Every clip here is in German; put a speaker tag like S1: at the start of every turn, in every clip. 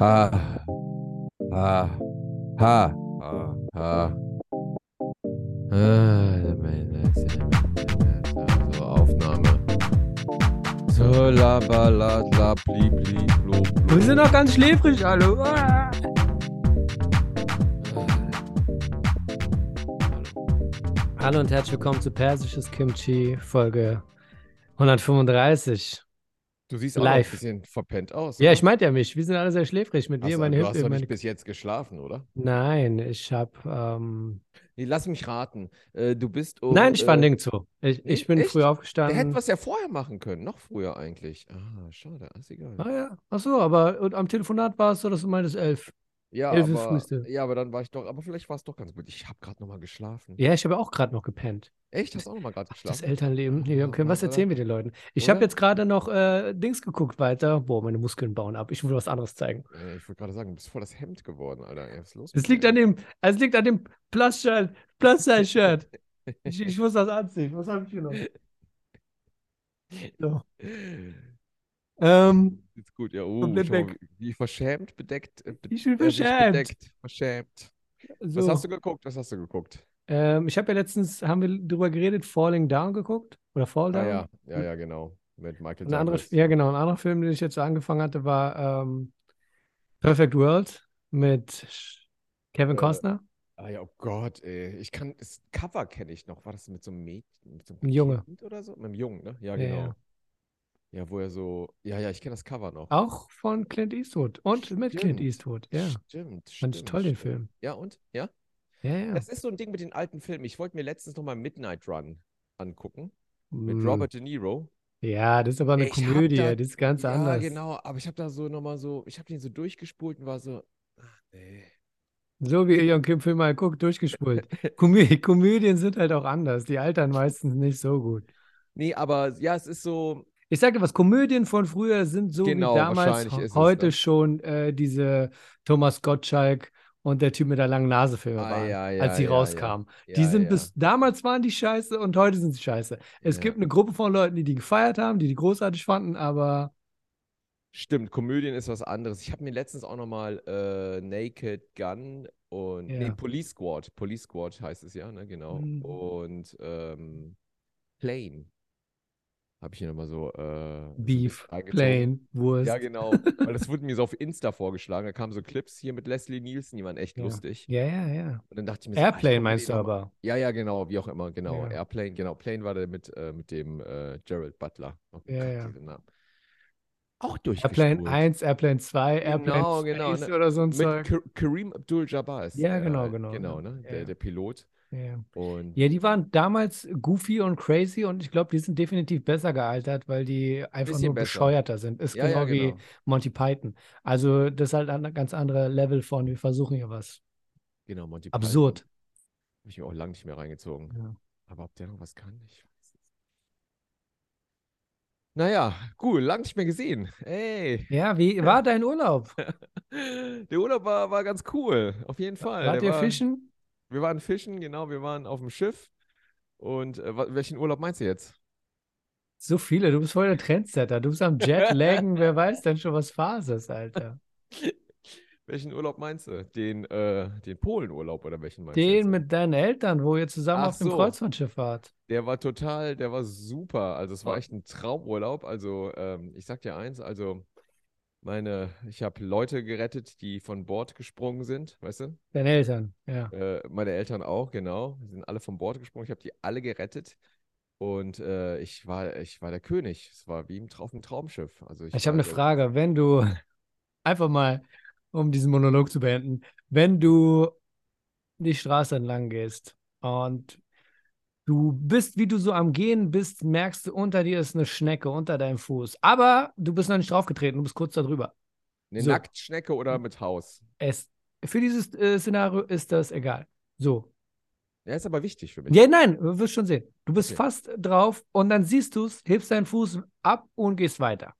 S1: Ha. Ha. Ha. Ha. Ha. Ah, meine Seele. So, Aufnahme. So, la, ba, la, la, bli, bli, blu, blu.
S2: Wir sind noch ganz schläfrig alle. Ah. Hallo und herzlich willkommen zu Persisches Kimchi Folge 135.
S1: Du siehst auch noch ein
S2: Live.
S1: bisschen verpennt aus.
S2: Ja, ich meinte ja mich. Wir sind alle sehr schläfrig mit
S1: Hast,
S2: mir.
S1: du-
S2: Meine
S1: du hast
S2: Hüfte,
S1: doch
S2: meine...
S1: nicht bis jetzt geschlafen, oder?
S2: Nein, ich habe. Ähm...
S1: Nee, lass mich raten. Äh, du bist um.
S2: Nein, ich war
S1: äh,
S2: nirgends so. Ich, ich bin
S1: echt?
S2: früh
S1: Der hätte
S2: aufgestanden.
S1: was ja vorher machen können, noch früher eigentlich. Ah, schade, ist egal.
S2: Ah, ja. Ach so, aber und am Telefonat war es so, dass du meintest elf.
S1: Ja,
S2: Elf ist
S1: aber,
S2: Frühstück.
S1: ja, aber dann war ich doch, aber vielleicht war es doch ganz gut. Ich habe gerade nochmal geschlafen.
S2: Ja, ich habe auch gerade noch gepennt.
S1: Echt? Hast du auch nochmal gerade
S2: Das
S1: geschlafen?
S2: Elternleben. Nee, wir haben kein- was
S1: Oder?
S2: erzählen wir den Leuten? Ich habe
S1: Oder?
S2: jetzt gerade noch äh, Dings geguckt weiter. Boah, meine Muskeln bauen ab. Ich will was anderes zeigen.
S1: Äh, ich wollte gerade sagen, du bist voll das Hemd geworden, Alter. Ey, was ist los
S2: Es
S1: mit
S2: liegt
S1: dir?
S2: an dem, es liegt an dem Plus-Shirt, Plus-Size-Shirt. Ich, ich muss das anziehen. Was habe ich genommen? So. Ähm,
S1: Ist gut, ja. Oh,
S2: Komplett
S1: schau mal,
S2: weg.
S1: wie verschämt bedeckt. äh, be-
S2: ich bin
S1: äh, dich
S2: verschämt.
S1: Bedeckt, verschämt.
S2: So.
S1: Was hast du geguckt? Was hast du geguckt?
S2: ähm, ich habe ja letztens, haben wir drüber geredet, Falling Down geguckt oder Fall
S1: Ah
S2: Down.
S1: ja, ja, ja, genau. Mit Michael
S2: Ein anderer,
S1: Douglas.
S2: ja, genau. Ein anderer Film, den ich jetzt so angefangen hatte, war ähm, Perfect World mit Kevin
S1: Äh,
S2: Costner.
S1: Ah ja, oh Gott, ey. Ich kann, das Cover kenne ich noch. War das mit so einem Mädchen, mit so einem
S2: Ein Junge.
S1: Kind oder so? Mit einem Jungen, ne? Ja,
S2: Ja, ja.
S1: genau. Ja, wo er so, ja, ja, ich kenne das Cover noch.
S2: Auch von Clint Eastwood und mit Clint
S1: Stimmt.
S2: Eastwood. Ah, Ja,
S1: Stimmt,
S2: fand ich
S1: stimmt,
S2: toll den
S1: stimmt.
S2: Film.
S1: Ja, und? Ja?
S2: Ja, ja.
S1: Das ist so ein Ding mit den alten Filmen. Ich wollte mir letztens nochmal Midnight Run angucken. Mit
S2: Mm.
S1: Robert De Niro.
S2: Ja, das ist aber eine
S1: Ich hab
S2: Komödie,
S1: da-
S2: das ist ganz
S1: ja,
S2: anders.
S1: genau, aber ich habe da so nochmal so, ich habe den so durchgespult und war so, ach nee.
S2: So wie Eon Kim Film mal guckt, durchgespult. Komö Komödien sind halt auch anders, die altern meistens nicht so gut.
S1: Nee, aber ja, es ist so,
S2: Ich sage was, Komödien von früher sind so
S1: Genau,
S2: wie damals
S1: wahrscheinlich ist es,
S2: heute
S1: ne?
S2: schon äh, diese Thomas Gottschalk und der Typ mit der langen Nase Filme
S1: Ah,
S2: waren,
S1: ja, ja,
S2: als die
S1: ja, ja.
S2: rauskamen. Die
S1: ja,
S2: sind
S1: ja,
S2: bis damals waren die scheiße und heute sind sie scheiße. Es
S1: ja.
S2: gibt eine Gruppe von Leuten, die die gefeiert haben, die die großartig fanden, aber
S1: Stimmt, Komödien ist was anderes. Ich habe mir letztens auch nochmal äh, Naked Gun und nee,
S2: Ja.
S1: Police Squad, Police Squad heißt es ja, ne, genau.
S2: Mhm.
S1: Und ähm, Plane habe ich hier nochmal so äh, so ein
S2: Beef,
S1: bisschen reingezogen.
S2: Plain, Wurst.
S1: Ja, genau. Weil das wurden mir so auf Insta vorgeschlagen. Da kamen so Clips hier mit Leslie Nielsen, die waren echt
S2: Ja.
S1: lustig.
S2: Ja, ja, ja.
S1: Und dann dachte ich mir so, ah, ich
S2: Airplane
S1: guck mir die
S2: meinst du
S1: noch mal-
S2: aber.
S1: Ja, ja, genau, wie auch immer, genau.
S2: Ja.
S1: Airplane, genau. Plane war der mit, äh, mit dem äh, Gerald Butler. Oh
S2: Ja,
S1: Gott,
S2: ja.
S1: diese Namen. Auch
S2: Airplane
S1: durchgespult.
S2: 1, Airplane 2, Airplane
S1: Genau, genau,
S2: 2
S1: ne?
S2: oder so ein
S1: Mit
S2: Zeug.
S1: Ka Kareem Abdul-Jabbar ist
S2: Ja,
S1: äh,
S2: genau, genau,
S1: Genau,
S2: ne?
S1: ne?
S2: Ja,
S1: Der,
S2: ja.
S1: der Pilot.
S2: Ja.
S1: Und
S2: ja, die waren damals goofy und crazy und ich glaube, die sind definitiv besser gealtert, weil die einfach
S1: Bisschen
S2: nur
S1: besser.
S2: bescheuerter sind. Ist
S1: ja,
S2: genau,
S1: ja, genau.
S2: wie Monty Python. Also das ist halt ein ganz anderes Level von, wir versuchen hier was.
S1: Genau, Monty Python.
S2: Absurd.
S1: Habe ich mir auch lange nicht mehr reingezogen.
S2: Ja.
S1: Aber ob der noch was kann, ich weiß es. Naja, cool, lang nicht mehr gesehen. Ey.
S2: Ja, wie war dein Urlaub?
S1: Der Urlaub war, war ganz cool, auf jeden Fall.
S2: Wart
S1: Der
S2: ihr
S1: war,
S2: fischen?
S1: Wir waren fischen, genau, wir waren auf dem Schiff. Und äh, wa- welchen Urlaub meinst du jetzt?
S2: So viele, du bist voll der Trendsetter, du bist am Jetlaggen, wer weiß denn schon, was Phase ist, Alter.
S1: Welchen Urlaub meinst du? Den, äh, den Polenurlaub oder welchen meinst du? jetzt?
S2: Den mit deinen Eltern, wo ihr zusammen
S1: Ach
S2: auf dem
S1: so.
S2: Kreuzfahrtschiff wart.
S1: Der war total, der war super. Also es war
S2: Oh.
S1: echt ein Traumurlaub. Also ähm, ich sag dir eins, also meine, ich habe Leute gerettet, die von Bord gesprungen sind, weißt du?
S2: Deine Eltern, ja.
S1: Äh, meine Eltern auch, genau. Die sind alle von Bord gesprungen. Ich habe die alle gerettet. Und äh, ich war, ich war der König. Es war wie im Traum, ein Traumschiff. Also ich
S2: Ich ne
S1: war
S2: habe eine
S1: der-
S2: Frage. Wenn du, einfach mal, um diesen Monolog zu beenden, wenn du die Straße entlang gehst und du bist, wie du so am Gehen bist, merkst du, unter dir ist eine Schnecke, unter deinem Fuß. Aber du bist noch nicht draufgetreten, du bist kurz darüber.
S1: Eine
S2: So. Hm.
S1: Nacktschnecke oder mit Haus?
S2: Es, für dieses äh, Szenario ist das egal. So.
S1: Der ist aber wichtig für mich.
S2: Ja, nein, du wirst schon sehen. Du bist
S1: Okay.
S2: fast drauf und dann siehst du es, hebst deinen Fuß ab und gehst weiter.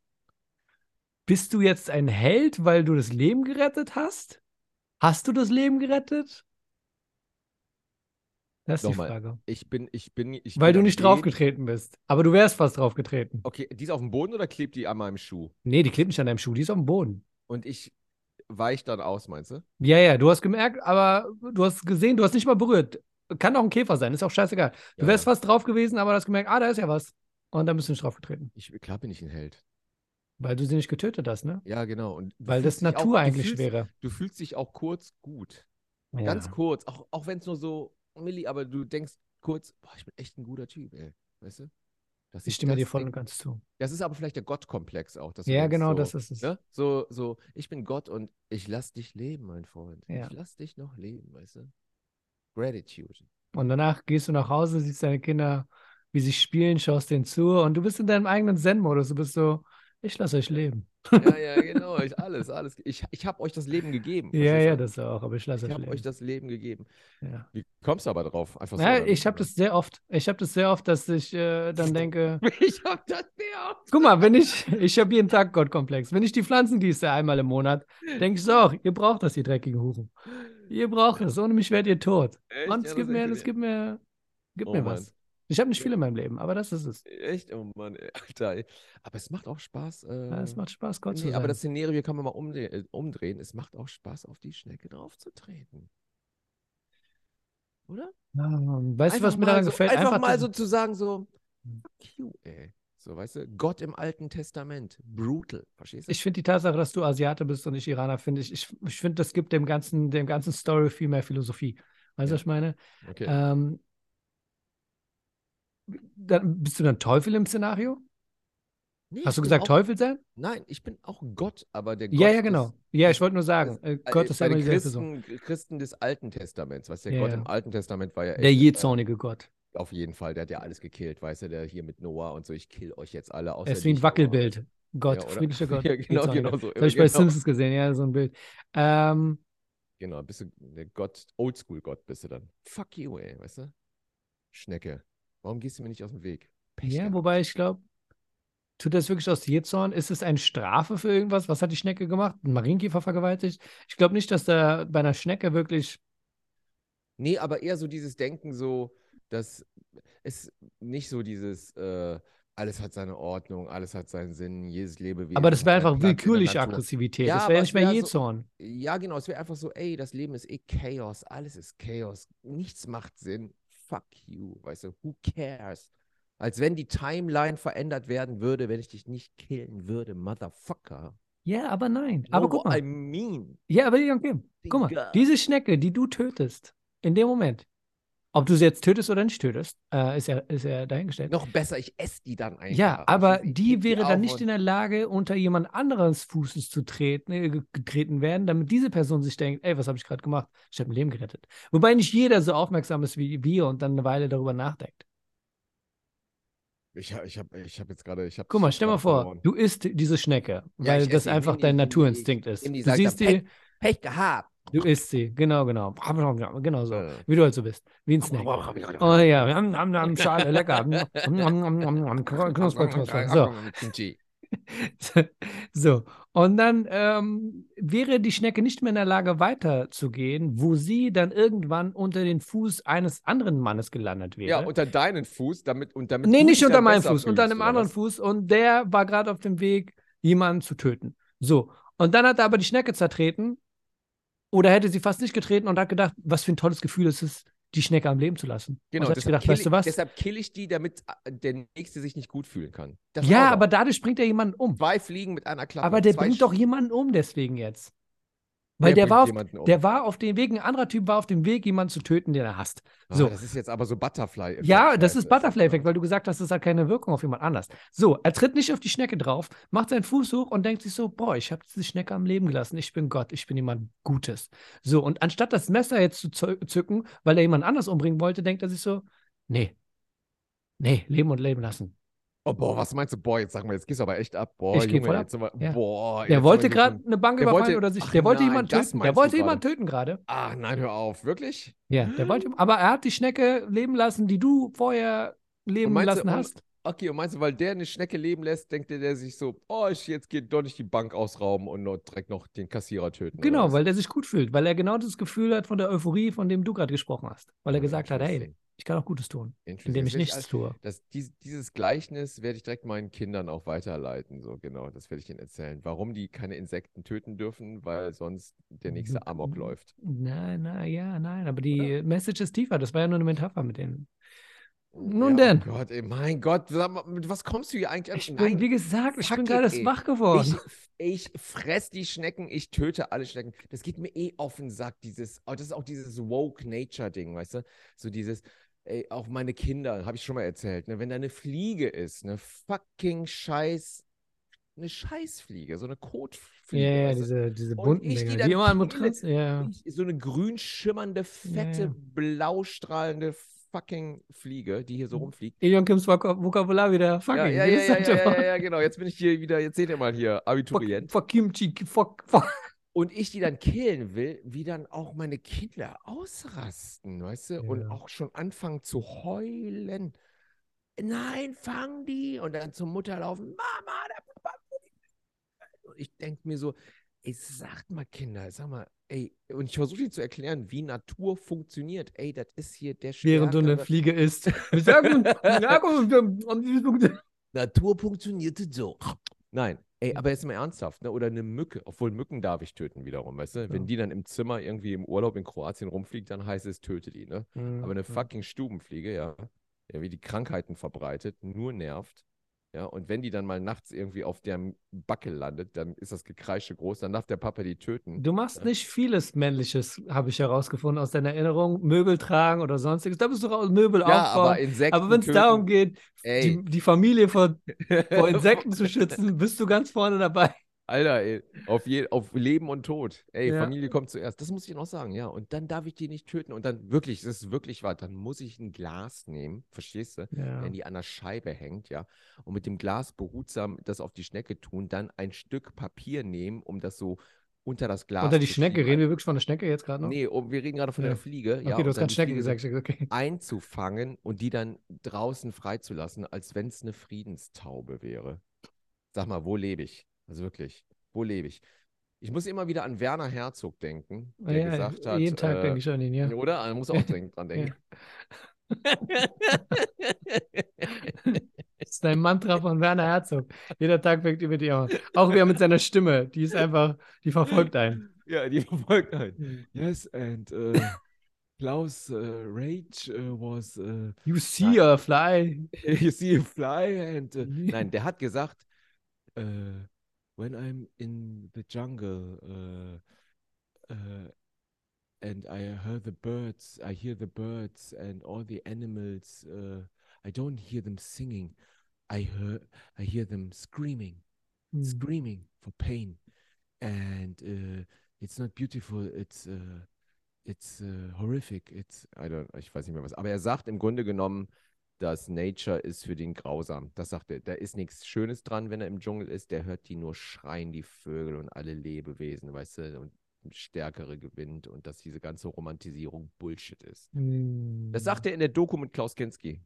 S2: Bist du jetzt ein Held, weil du das Leben gerettet hast? Hast du das Leben gerettet? Das ist
S1: Nochmal,
S2: die Frage.
S1: Ich bin, ich bin, ich
S2: Weil
S1: bin
S2: du
S1: am
S2: nicht
S1: Gehen.
S2: draufgetreten bist. Aber du wärst fast draufgetreten.
S1: Okay, die ist auf dem Boden oder klebt die an meinem Schuh?
S2: Nee, die klebt nicht an deinem Schuh, die ist auf dem Boden.
S1: Und ich, weicht dann aus, meinst du?
S2: Ja, ja, du hast gemerkt, aber du hast gesehen, du hast nicht mal berührt. Kann auch ein Käfer sein, ist auch scheißegal. Du
S1: Ja,
S2: wärst
S1: ja.
S2: fast drauf gewesen, aber du hast gemerkt, ah, da ist ja was. Und dann bist du nicht drauf getreten.
S1: Ich, klar bin ich ein Held.
S2: Weil du sie nicht getötet hast, ne?
S1: Ja, genau. Und du
S2: Weil das
S1: fühlst dich auch-
S2: Natur
S1: du
S2: eigentlich
S1: fühlst,
S2: wäre.
S1: Du fühlst dich auch kurz gut.
S2: Ja.
S1: Ganz kurz, auch, auch wenn es nur so Milli, aber du denkst kurz, boah, ich bin echt ein guter Typ, ey. Weißt du? Dass
S2: ich stimme dir
S1: das
S2: voll und
S1: denk-
S2: ganz zu.
S1: Das ist aber vielleicht der Gottkomplex auch, dass du
S2: Ja,
S1: denkst,
S2: genau,
S1: so,
S2: das ist es.
S1: ne? So, so, ich bin Gott und ich lass dich leben, mein Freund.
S2: Ja.
S1: Ich lass dich noch leben, weißt du? Gratitude.
S2: Und danach gehst du nach Hause, siehst deine Kinder, wie sie spielen, schaust denen zu und du bist in deinem eigenen Zen-Modus. Du bist so, ich lasse euch leben.
S1: Ja, ja, genau. Ich, alles, alles. Ich, ich habe euch das Leben gegeben.
S2: Ja,
S1: verstehst
S2: ja,
S1: du?
S2: das auch, aber ich lasse
S1: Ich
S2: euch
S1: habe
S2: leben.
S1: euch das Leben gegeben.
S2: ja.
S1: Wie kommst du aber drauf? Einfach so.
S2: ja,
S1: oder wie,
S2: ich habe
S1: oder?
S2: das sehr oft. Ich habe das sehr oft, dass ich äh, dann denke,
S1: Ich hab das sehr oft.
S2: guck mal, wenn ich, ich habe jeden Tag Gottkomplex. Wenn ich die Pflanzen gieße einmal im Monat, denke ich so auch, ihr braucht das, ihr dreckigen Huren. Ihr braucht es, ohne mich werdet ihr tot.
S1: Echt?
S2: Und
S1: Ja,
S2: es
S1: das
S2: gibt
S1: denk
S2: mir,
S1: ich
S2: es
S1: mir.
S2: gibt mir, gibt
S1: Oh
S2: mir
S1: Mann.
S2: was. Ich habe nicht viel in meinem Leben, aber das ist es.
S1: Echt? Oh Mann, ey, Alter. ey. Aber es macht auch Spaß. Äh,
S2: Ja, Es macht Spaß, Gott zu
S1: nee, aber
S2: sein.
S1: das Szenario kann man mal umdre äh, umdrehen. Es macht auch Spaß, auf die Schnecke draufzutreten. Oder?
S2: Ja, Mann. Ah, weißt du,
S1: Einfach
S2: was mir
S1: mal
S2: daran
S1: so,
S2: gefällt?
S1: einfach mal
S2: das-
S1: so zu sagen, so,
S2: Hm.
S1: fuck you, ey. So, weißt du? Gott im Alten Testament. Brutal. Verstehst du?
S2: Ich finde die Tatsache, dass du Asiate bist und ich Iraner, finde ich, ich, ich finde, das gibt dem ganzen, dem ganzen Story viel mehr Philosophie. Weißt du,
S1: Ja.
S2: was ich meine?
S1: Okay.
S2: Ähm, dann, bist du dann Teufel im Szenario?
S1: Nee,
S2: Hast
S1: ich
S2: du
S1: bin
S2: gesagt
S1: auch,
S2: Teufel sein?
S1: nein, ich bin auch Gott, aber der Gott
S2: Ja, ja,
S1: des-
S2: genau. Ja, ich
S1: des-
S2: wollte nur sagen,
S1: des-
S2: äh,
S1: äh,
S2: Gott ist
S1: bei
S2: ja immer
S1: den
S2: dieselbe Person.
S1: Christen, Christen des Alten Testaments, weißt du, der
S2: Ja,
S1: Gott
S2: ja.
S1: im Alten Testament war ja
S2: Der
S1: echt, äh,
S2: jezornige Gott.
S1: auf jeden Fall, der hat ja alles gekillt, weißt du, der hier mit Noah und so, ich kill euch jetzt alle,
S2: Er
S1: außer
S2: ist wie ein
S1: dich, Noah.
S2: Wackelbild. Gott,
S1: Ja, oder?
S2: friedlicher Gott,
S1: Ja, genau,
S2: jezorniger.
S1: genau
S2: Das
S1: so.
S2: habe ich bei
S1: Genau,
S2: Simpsons gesehen, ja, so ein Bild. Ähm,
S1: genau, bist du der Gott, Oldschool-Gott bist du dann. Fuck you, ey, weißt du? Schnecke, warum gehst du mir nicht aus dem Weg? Pech
S2: ja,
S1: gehabt.
S2: wobei ich glaube, Tut das wirklich aus Jezorn? Ist es eine Strafe für irgendwas? Was hat die Schnecke gemacht? Ein Marienkäfer vergewaltigt? Ich glaube nicht, dass da bei einer Schnecke wirklich.
S1: Nee, aber eher so dieses Denken so, dass es nicht so dieses, äh, alles hat seine Ordnung, alles hat seinen Sinn, jedes Lebewesen
S2: Aber das
S1: hat
S2: wäre
S1: seinen
S2: einfach
S1: Platz in der
S2: willkürliche
S1: Natur.
S2: Aggressivität.
S1: Ja,
S2: das wäre
S1: aber
S2: ja
S1: es
S2: nicht mehr
S1: wäre so,
S2: Jezorn.
S1: ja genau, es wäre einfach so, ey, das Leben ist eh Chaos, alles ist Chaos, nichts macht Sinn, fuck you, weißt du, who cares? Als wenn die Timeline verändert werden würde, wenn ich dich nicht killen würde, Motherfucker.
S2: Ja, aber nein. Aber
S1: Know
S2: guck
S1: what I
S2: mal.
S1: mean,
S2: Ja, aber okay. Guck mal,
S1: Digga.
S2: diese Schnecke, die du tötest, in dem Moment, ob du sie jetzt tötest oder nicht tötest, äh, ist, ja, ist ja dahingestellt.
S1: Noch besser, ich esse die dann einfach.
S2: Ja, aber
S1: verstehst du? Ich heb
S2: die wäre
S1: auf
S2: dann nicht
S1: und-
S2: in der Lage, unter jemand anderes Fußes zu treten, äh, ge- getreten werden, damit diese Person sich denkt, ey, was habe ich gerade gemacht? Ich habe ein Leben gerettet. Wobei nicht jeder so aufmerksam ist wie wir und dann eine Weile darüber nachdenkt.
S1: Ich, hab- ich habe ich hab jetzt gerade, ich habe
S2: Guck mal, stell mal
S1: gerade
S2: vor,
S1: verloren.
S2: du isst diese Schnecke,
S1: Ja,
S2: weil
S1: ich
S2: das
S1: esse die, ich
S2: einfach
S1: nehme die, ich
S2: dein
S1: nehme die,
S2: Naturinstinkt
S1: ich nehme
S2: ist.
S1: die,
S2: Du
S1: sag dann,
S2: siehst die,
S1: Pech, Pech gehabt.
S2: du isst sie, genau, genau. Genau so,
S1: Äh.
S2: wie du halt so bist, wie ein Snack. Oh ja, am, am, am, Schale, lecker. Am, am, am, am, am, Knusper, Knusper. So.
S1: Kimchi.
S2: So, und dann ähm, wäre die Schnecke nicht mehr in der Lage weiterzugehen, wo sie dann irgendwann unter den Fuß eines anderen Mannes gelandet
S1: Ja,
S2: wäre.
S1: unter deinen Fuß, damit, und damit
S2: nee,
S1: du
S2: nicht
S1: dich
S2: unter
S1: dann
S2: meinem
S1: besser
S2: Fuß, unter
S1: fühlst,
S2: einem
S1: oder
S2: anderen
S1: was?
S2: Fuß und der war gerade auf dem Weg, jemanden zu töten. So, und dann hat er aber die Schnecke zertreten oder hätte sie fast nicht getreten und hat gedacht, was für ein tolles Gefühl es ist, die Schnecke am Leben zu lassen.
S1: Genau,
S2: und hat
S1: deshalb
S2: gedacht,
S1: kill
S2: weißt
S1: ich,
S2: du was?
S1: deshalb kill ich die, damit äh, der Nächste sich nicht gut fühlen kann. Das
S2: Ja,
S1: auch noch.
S2: aber dadurch bringt er jemanden um.
S1: Zwei Fliegen mit einer Klappe.
S2: Aber der
S1: Zwei
S2: bringt
S1: Sch-
S2: doch jemanden um deswegen jetzt.
S1: Wer
S2: Weil der
S1: bringt
S2: war auf,
S1: jemanden um?
S2: der war auf dem Weg, ein anderer Typ war auf dem Weg, jemanden zu töten, den er hasst.
S1: Ah,
S2: So.
S1: das ist jetzt aber so Butterfly-Effekt.
S2: Ja, das ist
S1: Scheiße.
S2: Butterfly-Effekt, weil du gesagt hast, das hat keine Wirkung auf jemand anders. So, er tritt nicht auf die Schnecke drauf, macht seinen Fuß hoch und denkt sich so, boah, ich habe diese Schnecke am Leben gelassen, ich bin Gott, ich bin jemand Gutes. So, und anstatt das Messer jetzt zu zö- zücken, weil er jemand anders umbringen wollte, denkt er sich so, nee, nee, leben und leben lassen.
S1: Oh, boah, was meinst du? Boah, jetzt sag mal, jetzt gehst du aber echt ab. Boah,
S2: Ich geh
S1: Junge,
S2: voll ab.
S1: jetzt sind wir,
S2: Ja.
S1: boah. Ah, jetzt
S2: Der
S1: sind wir
S2: wollte
S1: hier
S2: gerade
S1: schon-
S2: eine Bank
S1: der
S2: überfallen
S1: wollte-
S2: oder sich,
S1: ach
S2: der wollte
S1: nein,
S2: jemanden
S1: das
S2: töten, der
S1: meinst
S2: wollte
S1: du
S2: jemanden töten gerade.
S1: Ach Ah, nein, hör auf, wirklich?
S2: Ja, der wollte, aber er hat die Schnecke leben lassen, die du vorher
S1: Und
S2: leben
S1: meinst du,
S2: lassen
S1: und,
S2: hast.
S1: okay, und meinst du, weil der eine Schnecke leben lässt, denkt der, der sich so, oh, ich jetzt geht doch nicht die Bank ausrauben und noch direkt noch den Kassierer töten, oder
S2: Genau,
S1: was?
S2: weil der sich gut fühlt, weil er genau das Gefühl hat von der Euphorie, von dem du gerade gesprochen hast. Weil er
S1: Ah,
S2: gesagt hat, hey,
S1: interesting.
S2: Ich kann auch Gutes tun,
S1: Interesting.
S2: indem
S1: Das
S2: ich
S1: werd
S2: nichts
S1: als-
S2: tue.
S1: Das, dies, dieses Gleichnis werde ich direkt meinen Kindern auch weiterleiten. So genau, das werde ich ihnen erzählen. Warum die keine Insekten töten dürfen, weil sonst der
S2: Mhm.
S1: nächste Amok läuft.
S2: Nein, nein, ja, nein, aber die Message ist tiefer. Das war ja nur eine Metapher mit denen. Nun
S1: ja,
S2: denn.
S1: Oh Gott, ey, mein Gott, sag mal, mit was kommst du hier eigentlich an?
S2: Ich bin,
S1: Nein,
S2: wie gesagt, ich
S1: fuck
S2: bin
S1: it,
S2: gerade erst
S1: ey.
S2: wach geworden.
S1: Ich, ich fress die Schnecken, ich töte alle Schnecken. Das geht mir eh auf den Sack, dieses, oh, das ist auch dieses woke Nature-Ding, weißt du? So dieses, ey, auch meine Kinder, habe ich schon mal erzählt, ne? Wenn da eine Fliege ist, eine fucking Scheiß, eine Scheißfliege, so eine Kotfliege,
S2: ja, ja,
S1: weißt du?
S2: diese, diese
S1: Und
S2: bunten
S1: ich, die
S2: Dinger,
S1: dann
S2: die immer an
S1: Pille-
S2: Mutanz. Ja.
S1: Ich- so eine grün schimmernde, fette,
S2: ja.
S1: blau strahlende fucking Fliege, die hier so
S2: Mhm.
S1: rumfliegt.
S2: Elion Kims Vok- Vokabular wieder. Fucking.
S1: Ja, ja, ja,
S2: jedes
S1: ja,
S2: zweite
S1: ja, ja,
S2: Wort.
S1: ja, genau. Jetzt bin ich hier wieder, jetzt seht ihr mal hier, Abiturient.
S2: Fuck, fuck Kimchi, fuck, fuck.
S1: und ich die dann killen will, wie dann auch meine Kinder ausrasten, weißt du, und
S2: Ja.
S1: auch schon anfangen zu heulen. Nein, fang die und dann zur Mutter laufen, Mama, der Papa. will die." Und ich denke mir so, ey, sagt mal Kinder, sag mal, ey, und ich versuche ihnen zu erklären, wie Natur funktioniert. Ey, das ist hier der
S2: Während du eine
S1: stärkere-
S2: Fliege isst. Sag uns, sag uns, an diesem Punkt.
S1: Natur funktionierte so. Nein, ey, aber jetzt mal ernsthaft, ne? Oder eine Mücke, obwohl Mücken darf ich töten wiederum, weißt du? Wenn
S2: Ja.
S1: die dann im Zimmer irgendwie im Urlaub in Kroatien rumfliegt, dann heißt es, töte die, ne?
S2: Mhm. Hm,
S1: Aber eine fucking Stubenfliege, ja, irgendwie die Krankheiten verbreitet, nur nervt. Ja, und wenn die dann mal nachts irgendwie auf der Backe landet, dann ist das Gekreische groß, dann darf der Papa die töten.
S2: Du machst nicht vieles Männliches, habe ich herausgefunden aus deiner Erinnerung. Möbel tragen oder sonstiges. Da bist du raus, Möbel
S1: ja, aber
S2: aufbauen.
S1: Insekten.
S2: Aber wenn es darum geht, die,
S1: Ey.
S2: die Familie vor, vor Insekten zu schützen, bist du ganz vorne dabei.
S1: Alter, ey, auf, je, auf Leben und Tod. Ey,
S2: Ja.
S1: Familie kommt zuerst. Das muss ich noch sagen, ja. Und dann darf ich die nicht töten. Und dann wirklich, das ist wirklich wahr, dann muss ich ein Glas nehmen, verstehst du?
S2: Ja.
S1: Wenn die an der Scheibe hängt, ja. Und mit dem Glas behutsam das auf die Schnecke tun, dann ein Stück Papier nehmen, um das so unter das Glas
S2: Unter die
S1: zu
S2: Schnecke,
S1: schieben.
S2: reden wir wirklich von der Schnecke jetzt gerade noch?
S1: Nee, oh, wir reden gerade von
S2: Ja.
S1: der Fliege.
S2: okay,
S1: ja,
S2: du
S1: und
S2: hast
S1: dann
S2: gerade
S1: die
S2: Schnecke
S1: Fliege so
S2: gesagt. Okay.
S1: einzufangen und die dann draußen freizulassen, als wenn es eine Friedenstaube wäre. Sag mal, wo lebe ich? Also wirklich, wo lebe ich? Ich muss immer wieder an Werner Herzog denken, der
S2: Ja,
S1: gesagt hat,
S2: jeden Tag
S1: äh,
S2: denke ich an ihn, ja.
S1: oder? Man muss auch dringend dran denken.
S2: Das ist ein Mantra von Werner Herzog. Jeder Tag wirkt über die Augen. Auch wieder mit seiner Stimme. Die ist einfach, die verfolgt einen.
S1: ja, die verfolgt einen. Yes, and äh, Klaus äh, Rage äh, was äh,
S2: You see her fly.
S1: you see a fly and äh,
S2: Mhm.
S1: nein, der hat gesagt, äh, when I'm in the jungle äh, äh, and I hear the birds, I hear the birds and all the animals, äh, I don't hear them singing, I hear I hear them screaming, screaming for pain, and uh, it's not beautiful, it's uh, it's uh, horrific, it's I don't, ich weiß nicht mehr was. Aber er sagt im Grunde genommen, dass Nature ist für den grausam. Das sagt er. Da ist nichts Schönes dran, wenn er im Dschungel ist. Der hört die nur schreien, die Vögel und alle Lebewesen, weißt du, und Stärkere gewinnt und dass diese ganze Romantisierung Bullshit ist. Das sagt
S2: Mm.
S1: er in der Doku mit Klaus Kinski,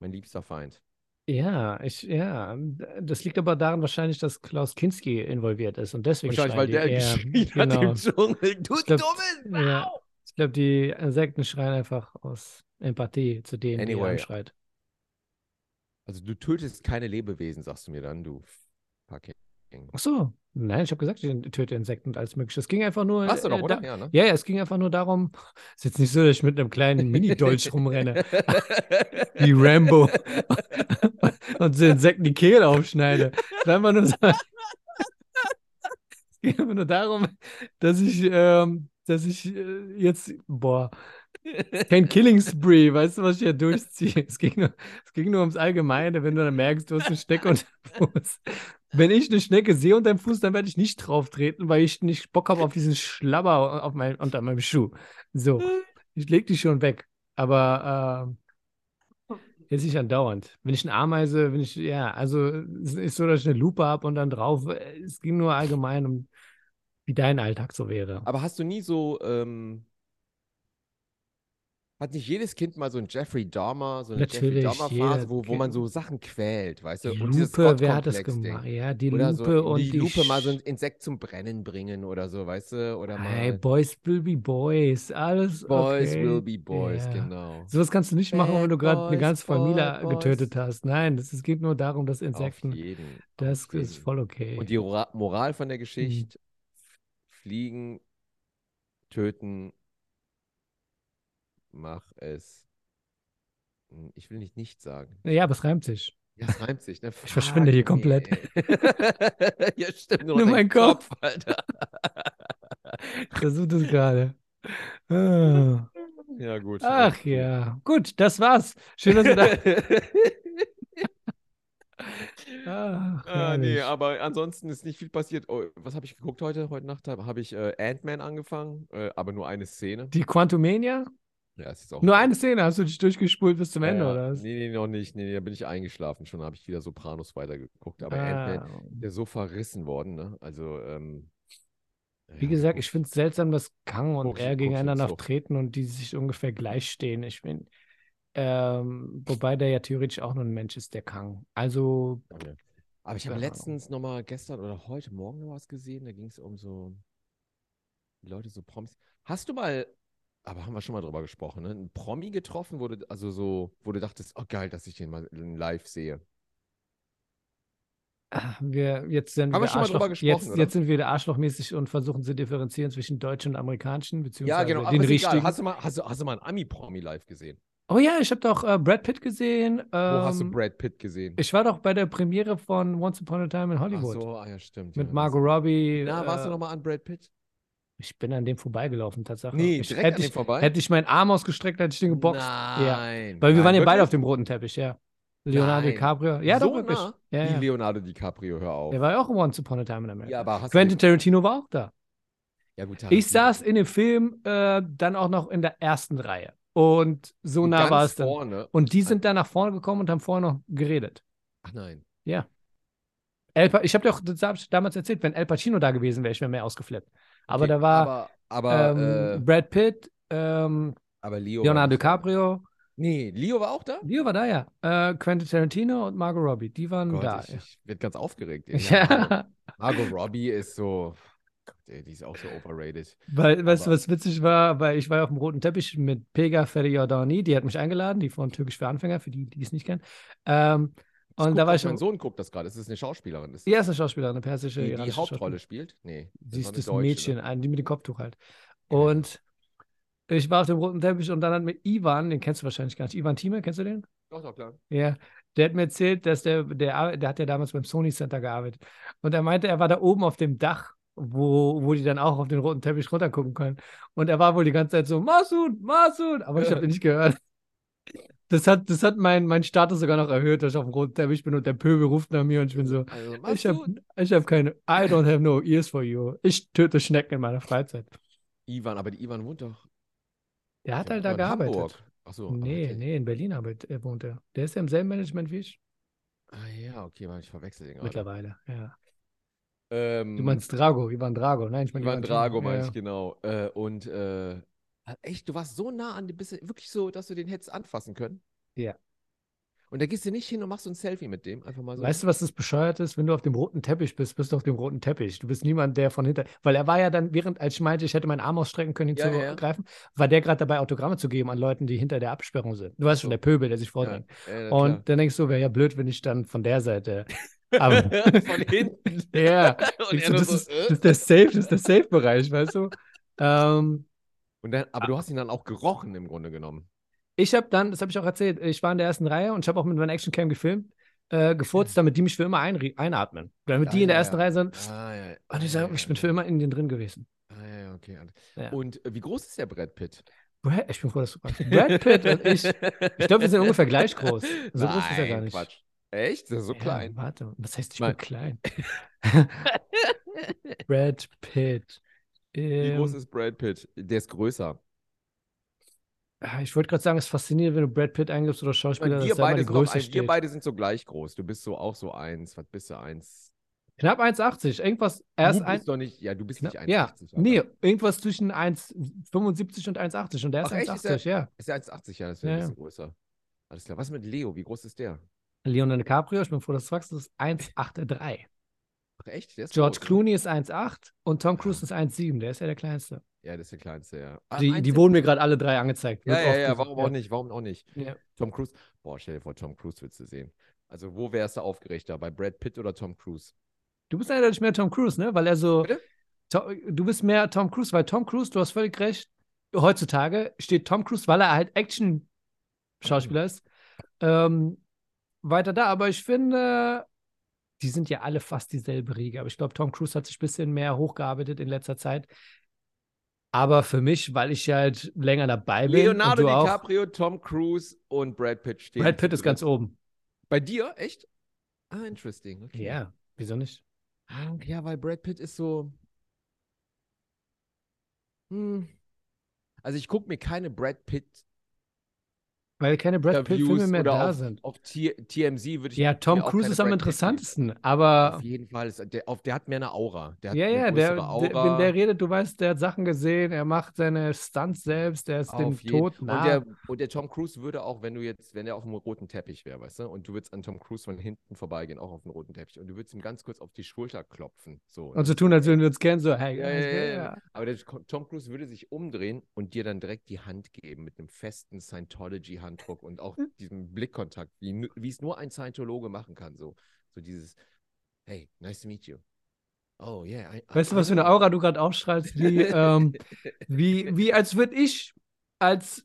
S1: mein liebster Feind.
S2: Ja, ich, ja. Das liegt aber daran wahrscheinlich, dass Klaus Kinski involviert ist und deswegen
S1: Wahrscheinlich, weil der
S2: schreien die. Ja,
S1: geschrien hat
S2: genau.
S1: im Dschungel. Du
S2: Ich glaub,
S1: dummes
S2: Ja. Ich glaube, die Insekten schreien einfach aus Empathie zu denen, die er
S1: Anyway.
S2: anschreit.
S1: Also du tötest keine Lebewesen, sagst du mir dann, du fucking.
S2: Ach so. Nein, ich habe gesagt, ich töte Insekten und alles Mögliche. Es ging einfach nur.
S1: Hast du
S2: äh,
S1: doch,
S2: da-
S1: oder? Ja, ne?
S2: Ja, ja, es ging einfach nur darum, ist jetzt nicht so, dass ich mit einem kleinen Mini-Dolch rumrenne, wie Rambo, und den Insekten die Kehle aufschneide. Es war einfach nur so, es ging einfach nur darum, dass ich, ähm, dass ich äh, jetzt, boah, kein Killing Spree, weißt du, was ich hier durchziehe? Es ging nur, es ging nur ums Allgemeine, wenn du dann merkst, du hast eine Schnecke unter dem Fuß. Wenn ich eine Schnecke sehe unter dem Fuß, dann werde ich nicht drauf treten, weil ich nicht Bock habe auf diesen Schlabber auf mein, unter meinem Schuh. So,
S1: Hm.
S2: ich lege die schon weg. Aber ähm, jetzt nicht andauernd. Wenn ich eine Ameise, wenn ich, ja, also es ist so, dass ich eine Lupe habe und dann drauf. äh, Es ging nur allgemein um, wie dein Alltag so wäre.
S1: Aber hast du nie so ähm, Hat nicht jedes Kind mal so ein Jeffrey Dahmer, so eine
S2: Natürlich,
S1: Jeffrey Dahmer-Phase,
S2: jeder
S1: wo, wo man
S2: kennt-
S1: so Sachen quält, weißt du?
S2: Die
S1: Und dieses
S2: Lupe, wer hat das
S1: Gottkomplex-Ding.
S2: gemacht? Ja, die
S1: Oder so
S2: Lupe und
S1: die Lupe mal so ein
S2: Sch-
S1: Insekt zum Brennen bringen oder so, weißt du? Oder
S2: Hey,
S1: mal
S2: Boys will be Boys. Alles
S1: Boys
S2: okay.
S1: will be Boys,
S2: Ja.
S1: genau.
S2: Sowas kannst du nicht machen, wenn
S1: Bad
S2: du gerade eine
S1: Boys,
S2: ganze Familie
S1: Bad Boys.
S2: getötet hast. Nein, das, es geht nur darum, dass
S1: Auf
S2: Insekten.
S1: jeden.
S2: Das
S1: auf
S2: ist
S1: jeden.
S2: voll okay. Mhm.
S1: Und die Ora- Moral von der Geschichte: Fliegen, töten, mach es. Hm, Ich will nicht nicht sagen.
S2: ja, aber es reimt sich.
S1: Ja, es reimt sich, ne? Fuck,
S2: verschwinde hier komplett.
S1: ey. ja, stimmt. Nur,
S2: Nur
S1: dein
S2: mein Kopf.
S1: Alter.
S2: Ich versuche das gerade. Ah.
S1: Ja, gut. Ah,
S2: Ach ja. Gut, das war's. Schön, dass du da. Ach,
S1: Ah, nee,
S2: herrlich.
S1: aber ansonsten ist nicht viel passiert. Oh, was habe ich geguckt heute? Heute Nacht habe hab ich äh, Ant-Man angefangen, äh, aber nur eine Szene.
S2: Die Quantumania?
S1: Ja, es ist auch
S2: Nur eine Szene hast du dich durchgespult bis zum
S1: Ja,
S2: Ende,
S1: ja.
S2: oder was?
S1: Nee, nee, noch nicht. Nee, nee, da bin ich eingeschlafen schon. Da habe ich wieder Sopranos weitergeguckt. Aber Ant-Man,
S2: Ah.
S1: der ist so verrissen worden, ne? Also, ähm,
S2: Wie
S1: ja,
S2: gesagt,
S1: guck-
S2: ich finde es seltsam, dass Kang und
S1: Guck's-
S2: er
S1: guck's
S2: gegeneinander
S1: jetzt so.
S2: treten und die sich ungefähr gleich stehen. Ich bin, ähm, wobei der ja theoretisch auch nur ein Mensch ist, der Kang. Also,
S1: Danke. Aber ich habe
S2: keine Ahnung.
S1: letztens nochmal gestern oder heute Morgen noch was gesehen. Da ging es um so die Leute, so Promis. Hast du mal, aber haben wir schon mal drüber gesprochen, ne? Einen Promi getroffen, wo du, also so, wo du dachtest, oh geil, dass ich den mal live sehe.
S2: ah, wir, jetzt sind
S1: Haben wir
S2: wir
S1: schon mal drüber
S2: Arschloch,
S1: gesprochen,
S2: jetzt,
S1: oder?
S2: jetzt sind wir wieder arschlochmäßig und versuchen zu differenzieren zwischen deutschen und amerikanischen,
S1: Ja,
S2: beziehungsweise
S1: genau, aber
S2: den
S1: ist egal.
S2: richtigen.
S1: Hast du mal, hast du, hast du mal einen Ami-Promi live gesehen?
S2: Oh ja, ich habe doch äh, Brad Pitt gesehen.
S1: Wo hast du
S2: ähm,
S1: Brad Pitt gesehen?
S2: Ich war doch bei der Premiere von Once Upon a Time in
S1: Ach
S2: Hollywood
S1: so, ah, ja, stimmt. ja,
S2: mit
S1: das-
S2: Margot Robbie.
S1: Na, warst du
S2: äh,
S1: nochmal an Brad Pitt?
S2: Ich bin an dem vorbeigelaufen, Tatsache.
S1: Nee,
S2: ich,
S1: direkt
S2: hätte
S1: an dem
S2: ich,
S1: vorbei?
S2: Hätte ich meinen Arm ausgestreckt, hätte ich den geboxt. Ja.
S1: Nein.
S2: Weil wir
S1: Nein,
S2: waren ja beide
S1: wirklich?
S2: auf dem roten Teppich, ja. Leonardo
S1: Nein.
S2: DiCaprio. Ja,
S1: so
S2: doch wirklich.
S1: nah?
S2: Ja,
S1: Wie
S2: ja.
S1: Leonardo DiCaprio, hör auf.
S2: Der war ja auch in Once Upon a Time in America.
S1: Ja, aber hast du den-
S2: Quentin Tarantino war auch da.
S1: Ja, gut,
S2: Ich
S1: Tarantino.
S2: saß in dem Film äh, dann auch noch in der ersten Reihe. Und so nah
S1: Ganz
S2: war es dann.
S1: vorne.
S2: Und die sind dann nach vorne gekommen und haben vorher noch geredet.
S1: Ach nein.
S2: El Pa- ich habe dir auch das hab ich damals erzählt, wenn El Pacino da gewesen wäre, ich wäre mehr ausgeflippt. Aber
S1: Okay,
S2: da war
S1: Aber, aber,
S2: ähm,
S1: äh,
S2: Brad Pitt, ähm,
S1: aber Leo. war
S2: Leonardo
S1: nicht da.
S2: DiCaprio.
S1: Nee, Leo war auch da?
S2: Leo war da, ja. Äh, Quentin Tarantino und Margot Robbie, die waren
S1: Gott,
S2: da.
S1: ich, ich werd ganz aufgeregt. ey.
S2: Ja,
S1: Margot, Margot Robbie ist so. Gott, ey, die ist auch so overrated.
S2: weil, weißt du,
S1: Aber-
S2: was witzig war? Weil ich war ja auf dem roten Teppich mit Pega Ferdiordani, die hat mich eingeladen, die von Türkisch für Anfänger, für die, die es nicht kennen. Ähm,
S1: Das
S2: und
S1: guckt
S2: da war
S1: auch
S2: ich
S1: Mein
S2: auf,
S1: Sohn guckt das gerade. Es ist eine Schauspielerin. Das
S2: ja, ist eine Schauspielerin, eine persische,
S1: die, die
S2: iranische
S1: Hauptrolle
S2: Schauspielerin.
S1: spielt? Nee. war
S2: Sie ist
S1: eine
S2: das
S1: Deutsche, ne?
S2: Mädchen, ein- die mit dem Kopftuch halt.
S1: Ja, ja.
S2: Und ich war auf dem roten Teppich und dann hat mir Ivan, den kennst du wahrscheinlich gar nicht, Ivan Thieme, kennst du den?
S1: Doch, doch, klar.
S2: Ja, der hat mir erzählt, dass der, der, ar- der hat ja damals beim Sony Center gearbeitet. Und er meinte, er war da oben auf dem Dach, wo, wo die dann auch auf den roten Teppich runtergucken können. Und er war wohl die ganze Zeit so, Masud, Masud, aber ich habe ihn nicht gehört. Das hat, das hat mein, mein Status sogar noch erhöht, dass ich auf dem roten Teppich bin und der Pöbel ruft nach mir und ich bin so,
S1: Also, mach's
S2: ich habe
S1: gut.
S2: ich hab keine, I don't have no ears for you. Ich töte Schnecken in meiner Freizeit.
S1: Ivan, aber die Ivan wohnt doch.
S2: Der hat
S1: der wohnt
S2: halt da
S1: doch in
S2: gearbeitet.
S1: Hamburg. Ach so. aber
S2: Nee,
S1: der-
S2: nee, in Berlin arbeitet, äh, wohnt er. Der ist ja im selben Management wie ich.
S1: Ah ja, okay, man, ich verwechsel den gerade.
S2: Mittlerweile, ja.
S1: Ähm,
S2: Du meinst Drago, Ivan Drago. Nein, ich meine
S1: Ivan Drago, meine
S2: ja.
S1: ich, genau. Äh, und äh, echt, du warst so nah an, bist du wirklich so, dass du den hättest anfassen können?
S2: Ja.
S1: Und da gehst du nicht hin und machst so ein Selfie mit dem, einfach mal so.
S2: Weißt du, was das bescheuert ist? Wenn du auf dem roten Teppich bist, bist du auf dem roten Teppich. Du bist niemand, der von hinter. Weil er war ja dann, während, als ich meinte, ich hätte meinen Arm ausstrecken können, ihn
S1: Ja,
S2: zu
S1: ja, ja.
S2: greifen, war der gerade dabei, Autogramme zu geben an Leuten, die hinter der Absperrung sind. Du weißt schon,
S1: So.
S2: der Pöbel, der sich
S1: ja,
S2: vordrängt.
S1: äh,
S2: Und dann denkst du, wäre ja blöd, wenn ich dann von der Seite.
S1: klar.
S2: Aber,
S1: Von hinten.
S2: ja.
S1: Und
S2: Denkst
S1: er
S2: du,
S1: nur
S2: das,
S1: so,
S2: ist,
S1: äh?
S2: das ist der Safe, das ist der Safe-Bereich, weißt du? Ähm,
S1: Und dann, aber du hast ihn dann auch gerochen im Grunde genommen.
S2: Ich habe dann, das habe ich auch erzählt, ich war in der ersten Reihe und ich habe auch mit meiner Actioncam gefilmt, äh, gefurzt, damit die mich für immer einri- einatmen. Damit
S1: Ja,
S2: die in der
S1: ja,
S2: ersten
S1: ja.
S2: Reihe sind.
S1: Ah, ja.
S2: Und
S1: ah,
S2: ich sage,
S1: ja,
S2: ich bin
S1: ja.
S2: für immer in den drin gewesen.
S1: Ah, ja, okay. alles.
S2: Ja.
S1: Und äh, wie groß ist der Brad Pitt?
S2: Brad, ich bin froh, dass du fragst. Brad Pitt und ich, so
S1: Ich
S2: glaube, wir sind ungefähr gleich groß. So groß ist er
S1: Nein,
S2: gar nicht.
S1: Quatsch. Echt? Das ist so klein.
S2: Warte, was heißt, ich
S1: Nein.
S2: bin klein? Brad Pitt.
S1: Wie groß
S2: Ähm,
S1: ist Brad Pitt? Der ist größer.
S2: ah, ich wollte gerade sagen, es ist faszinierend, wenn du Brad Pitt eingibst oder
S1: Ich meine,
S2: Schauspieler,
S1: wir
S2: dass da immer
S1: beide,
S2: die
S1: sind auf
S2: Größe
S1: ein, wir
S2: steht.
S1: beide sind so gleich groß. Du bist so auch so eins. Was bist du? Eins.
S2: Knapp 1,80. Irgendwas. Er ist
S1: du
S2: ein,
S1: bist doch nicht, ja, du bist
S2: Knapp-
S1: nicht 1,80.
S2: ja,
S1: aber-
S2: nee, irgendwas zwischen 1,75 und 1,80. Und der ist
S1: Ach, echt? Ist
S2: 1,80, ja.
S1: Ist ja 1,80, ja, das wäre
S2: Ja,
S1: ein
S2: ja.
S1: bisschen größer. Alles klar. Was mit Leo? Wie groß ist der?
S2: Leonardo DiCaprio, ich bin froh, dass du fragst, das ist 1,83.
S1: Ach, echt? Der ist
S2: George
S1: groß, ne?
S2: Clooney ist 1,8 und Tom Cruise ist 1,7. Der ist ja der Kleinste.
S1: Ja, das ist der kleinste, ja. Ah,
S2: Die,
S1: 1,70.
S2: die wurden mir gerade alle drei angezeigt.
S1: Ja,
S2: Wird
S1: ja,
S2: oft
S1: ja,
S2: gesagt,
S1: warum auch nicht? Warum auch nicht?
S2: Ja.
S1: Tom Cruise. Boah, stell dir vor, Tom Cruise willst du sehen. Also, wo wärst du aufgeregter? Bei Brad Pitt oder Tom Cruise?
S2: Du bist eindeutig mehr Tom Cruise, ne? Weil er so.
S1: Bitte?
S2: To, du bist mehr Tom Cruise, weil Tom Cruise, du hast völlig recht, heutzutage steht Tom Cruise, weil er halt Action-Schauspieler
S1: Mhm.
S2: ist, ähm, weiter da. Aber ich finde, die sind ja alle fast dieselbe Riege. Aber ich glaube, Tom Cruise hat sich ein bisschen mehr hochgearbeitet in letzter Zeit. Aber für mich, weil ich halt länger dabei bin.
S1: Leonardo
S2: und du
S1: DiCaprio, Tom Cruise und Brad Pitt
S2: Auch,
S1: stehen.
S2: Brad Pitt
S1: zu
S2: ist ganz
S1: dritt.
S2: oben.
S1: Bei dir? Echt? Ah, interesting.
S2: Ja,
S1: Okay.
S2: wieso nicht?
S1: Ah, Ja, weil Brad Pitt ist so. Hm. Also ich gucke mir keine Brad Pitt
S2: Weil keine Brad Pitt-Filme
S1: Interviews
S2: mehr
S1: oder
S2: da
S1: auf,
S2: sind.
S1: auf T TMZ würde ich
S2: Ja, Tom
S1: mir auch
S2: Cruise
S1: keine
S2: ist am
S1: Brad Pitt-Filme-
S2: interessantesten, aber
S1: Auf jeden Fall. Ist, der, auf, der hat mehr eine Aura. Der hat
S2: ja,
S1: eine
S2: ja, der,
S1: größere
S2: der,
S1: Aura.
S2: wenn der redet, du weißt, der hat Sachen gesehen, er macht seine Stunts selbst, der ist dem
S1: Auf jeden.
S2: Tod
S1: Und,
S2: nah.
S1: der, und der Tom Cruise würde auch, wenn du jetzt, wenn er auf dem roten Teppich wäre, weißt du, und du würdest an Tom Cruise von hinten vorbeigehen, auch auf dem roten Teppich, und du würdest ihm ganz kurz auf die Schulter klopfen. So,
S2: Und so tun, als würden wir uns kennen, so, hey,
S1: Ja,
S2: ich
S1: ja,
S2: will-
S1: ja, ja. Aber der Ko- Tom Cruise würde sich umdrehen und dir dann direkt die Hand geben mit einem festen Scientology-Handdruck und auch
S2: Hm.
S1: diesem Blickkontakt, wie, nu- wie es nur ein Scientologe machen kann. So, so dieses, hey, nice to meet you. Oh, yeah. I, I-
S2: Weißt du,
S1: I
S2: was für eine
S1: know you."
S2: Aura du gerade aufschreibst? Wie, ähm, wie, wie als würde ich als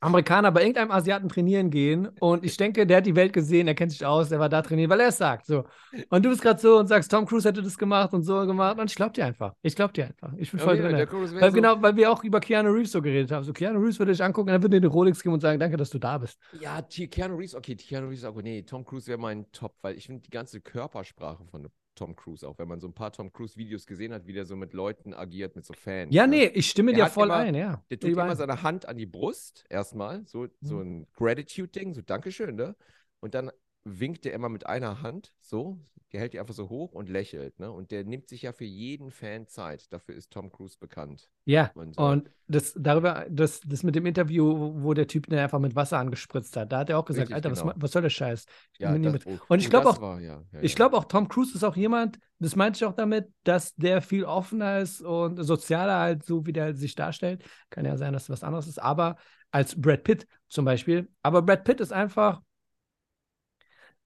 S2: Amerikaner bei irgendeinem Asiaten trainieren gehen und ich denke, der hat die Welt gesehen, er kennt sich aus, er war da trainieren, weil er es sagt. So. Und du bist gerade so und sagst, Tom Cruise hätte das gemacht und so gemacht und ich glaub dir einfach. Ich glaub dir einfach. Ich bin
S1: Ja,
S2: voll
S1: ja,
S2: drin.
S1: der Oh, Cruise wäre
S2: Weil,
S1: so,
S2: genau, weil wir auch über Keanu Reeves so geredet haben. So, Keanu Reeves würde ich angucken, dann würde ich den Rolex geben und sagen, danke, dass du da bist.
S1: Ja, T- Keanu Reeves, okay, Keanu Reeves, okay, nee, Tom Cruise wäre mein Top, weil ich finde die ganze Körpersprache von Tom Cruise, auch wenn man so ein paar Tom Cruise-Videos gesehen hat, wie der so mit Leuten agiert, mit so Fans.
S2: Ja,
S1: ne?
S2: nee, ich stimme
S1: Der
S2: dir
S1: hat
S2: voll
S1: immer-
S2: ein, ja.
S1: Der tut
S2: Überein.
S1: immer seine Hand an die Brust, erstmal, so,
S2: Mhm.
S1: so ein Gratitude-Ding, so Dankeschön, ne? Und dann winkt er immer mit einer Hand, so, der hält die einfach so hoch und lächelt, ne? Und der nimmt sich ja für jeden Fan Zeit. Dafür ist Tom Cruise bekannt.
S2: Ja,
S1: Und, äh,
S2: und das darüber, das, das mit dem Interview, wo- wo der Typ den einfach mit Wasser angespritzt hat, da hat er auch gesagt,
S1: Richtig,
S2: Alter, was,
S1: genau.
S2: ma- was soll der Scheiß?
S1: ja,
S2: bin hier
S1: das, oh,
S2: Und ich
S1: oh,
S2: glaub
S1: das
S2: auch-
S1: war, ja, ja,
S2: Ich
S1: ja.
S2: glaube auch, Tom Cruise ist auch jemand, das meinte ich auch damit, dass der viel offener ist und sozialer halt, so wie der sich darstellt. Kann ja sein, dass was anderes ist, aber als Brad Pitt zum Beispiel. Aber Brad Pitt ist einfach,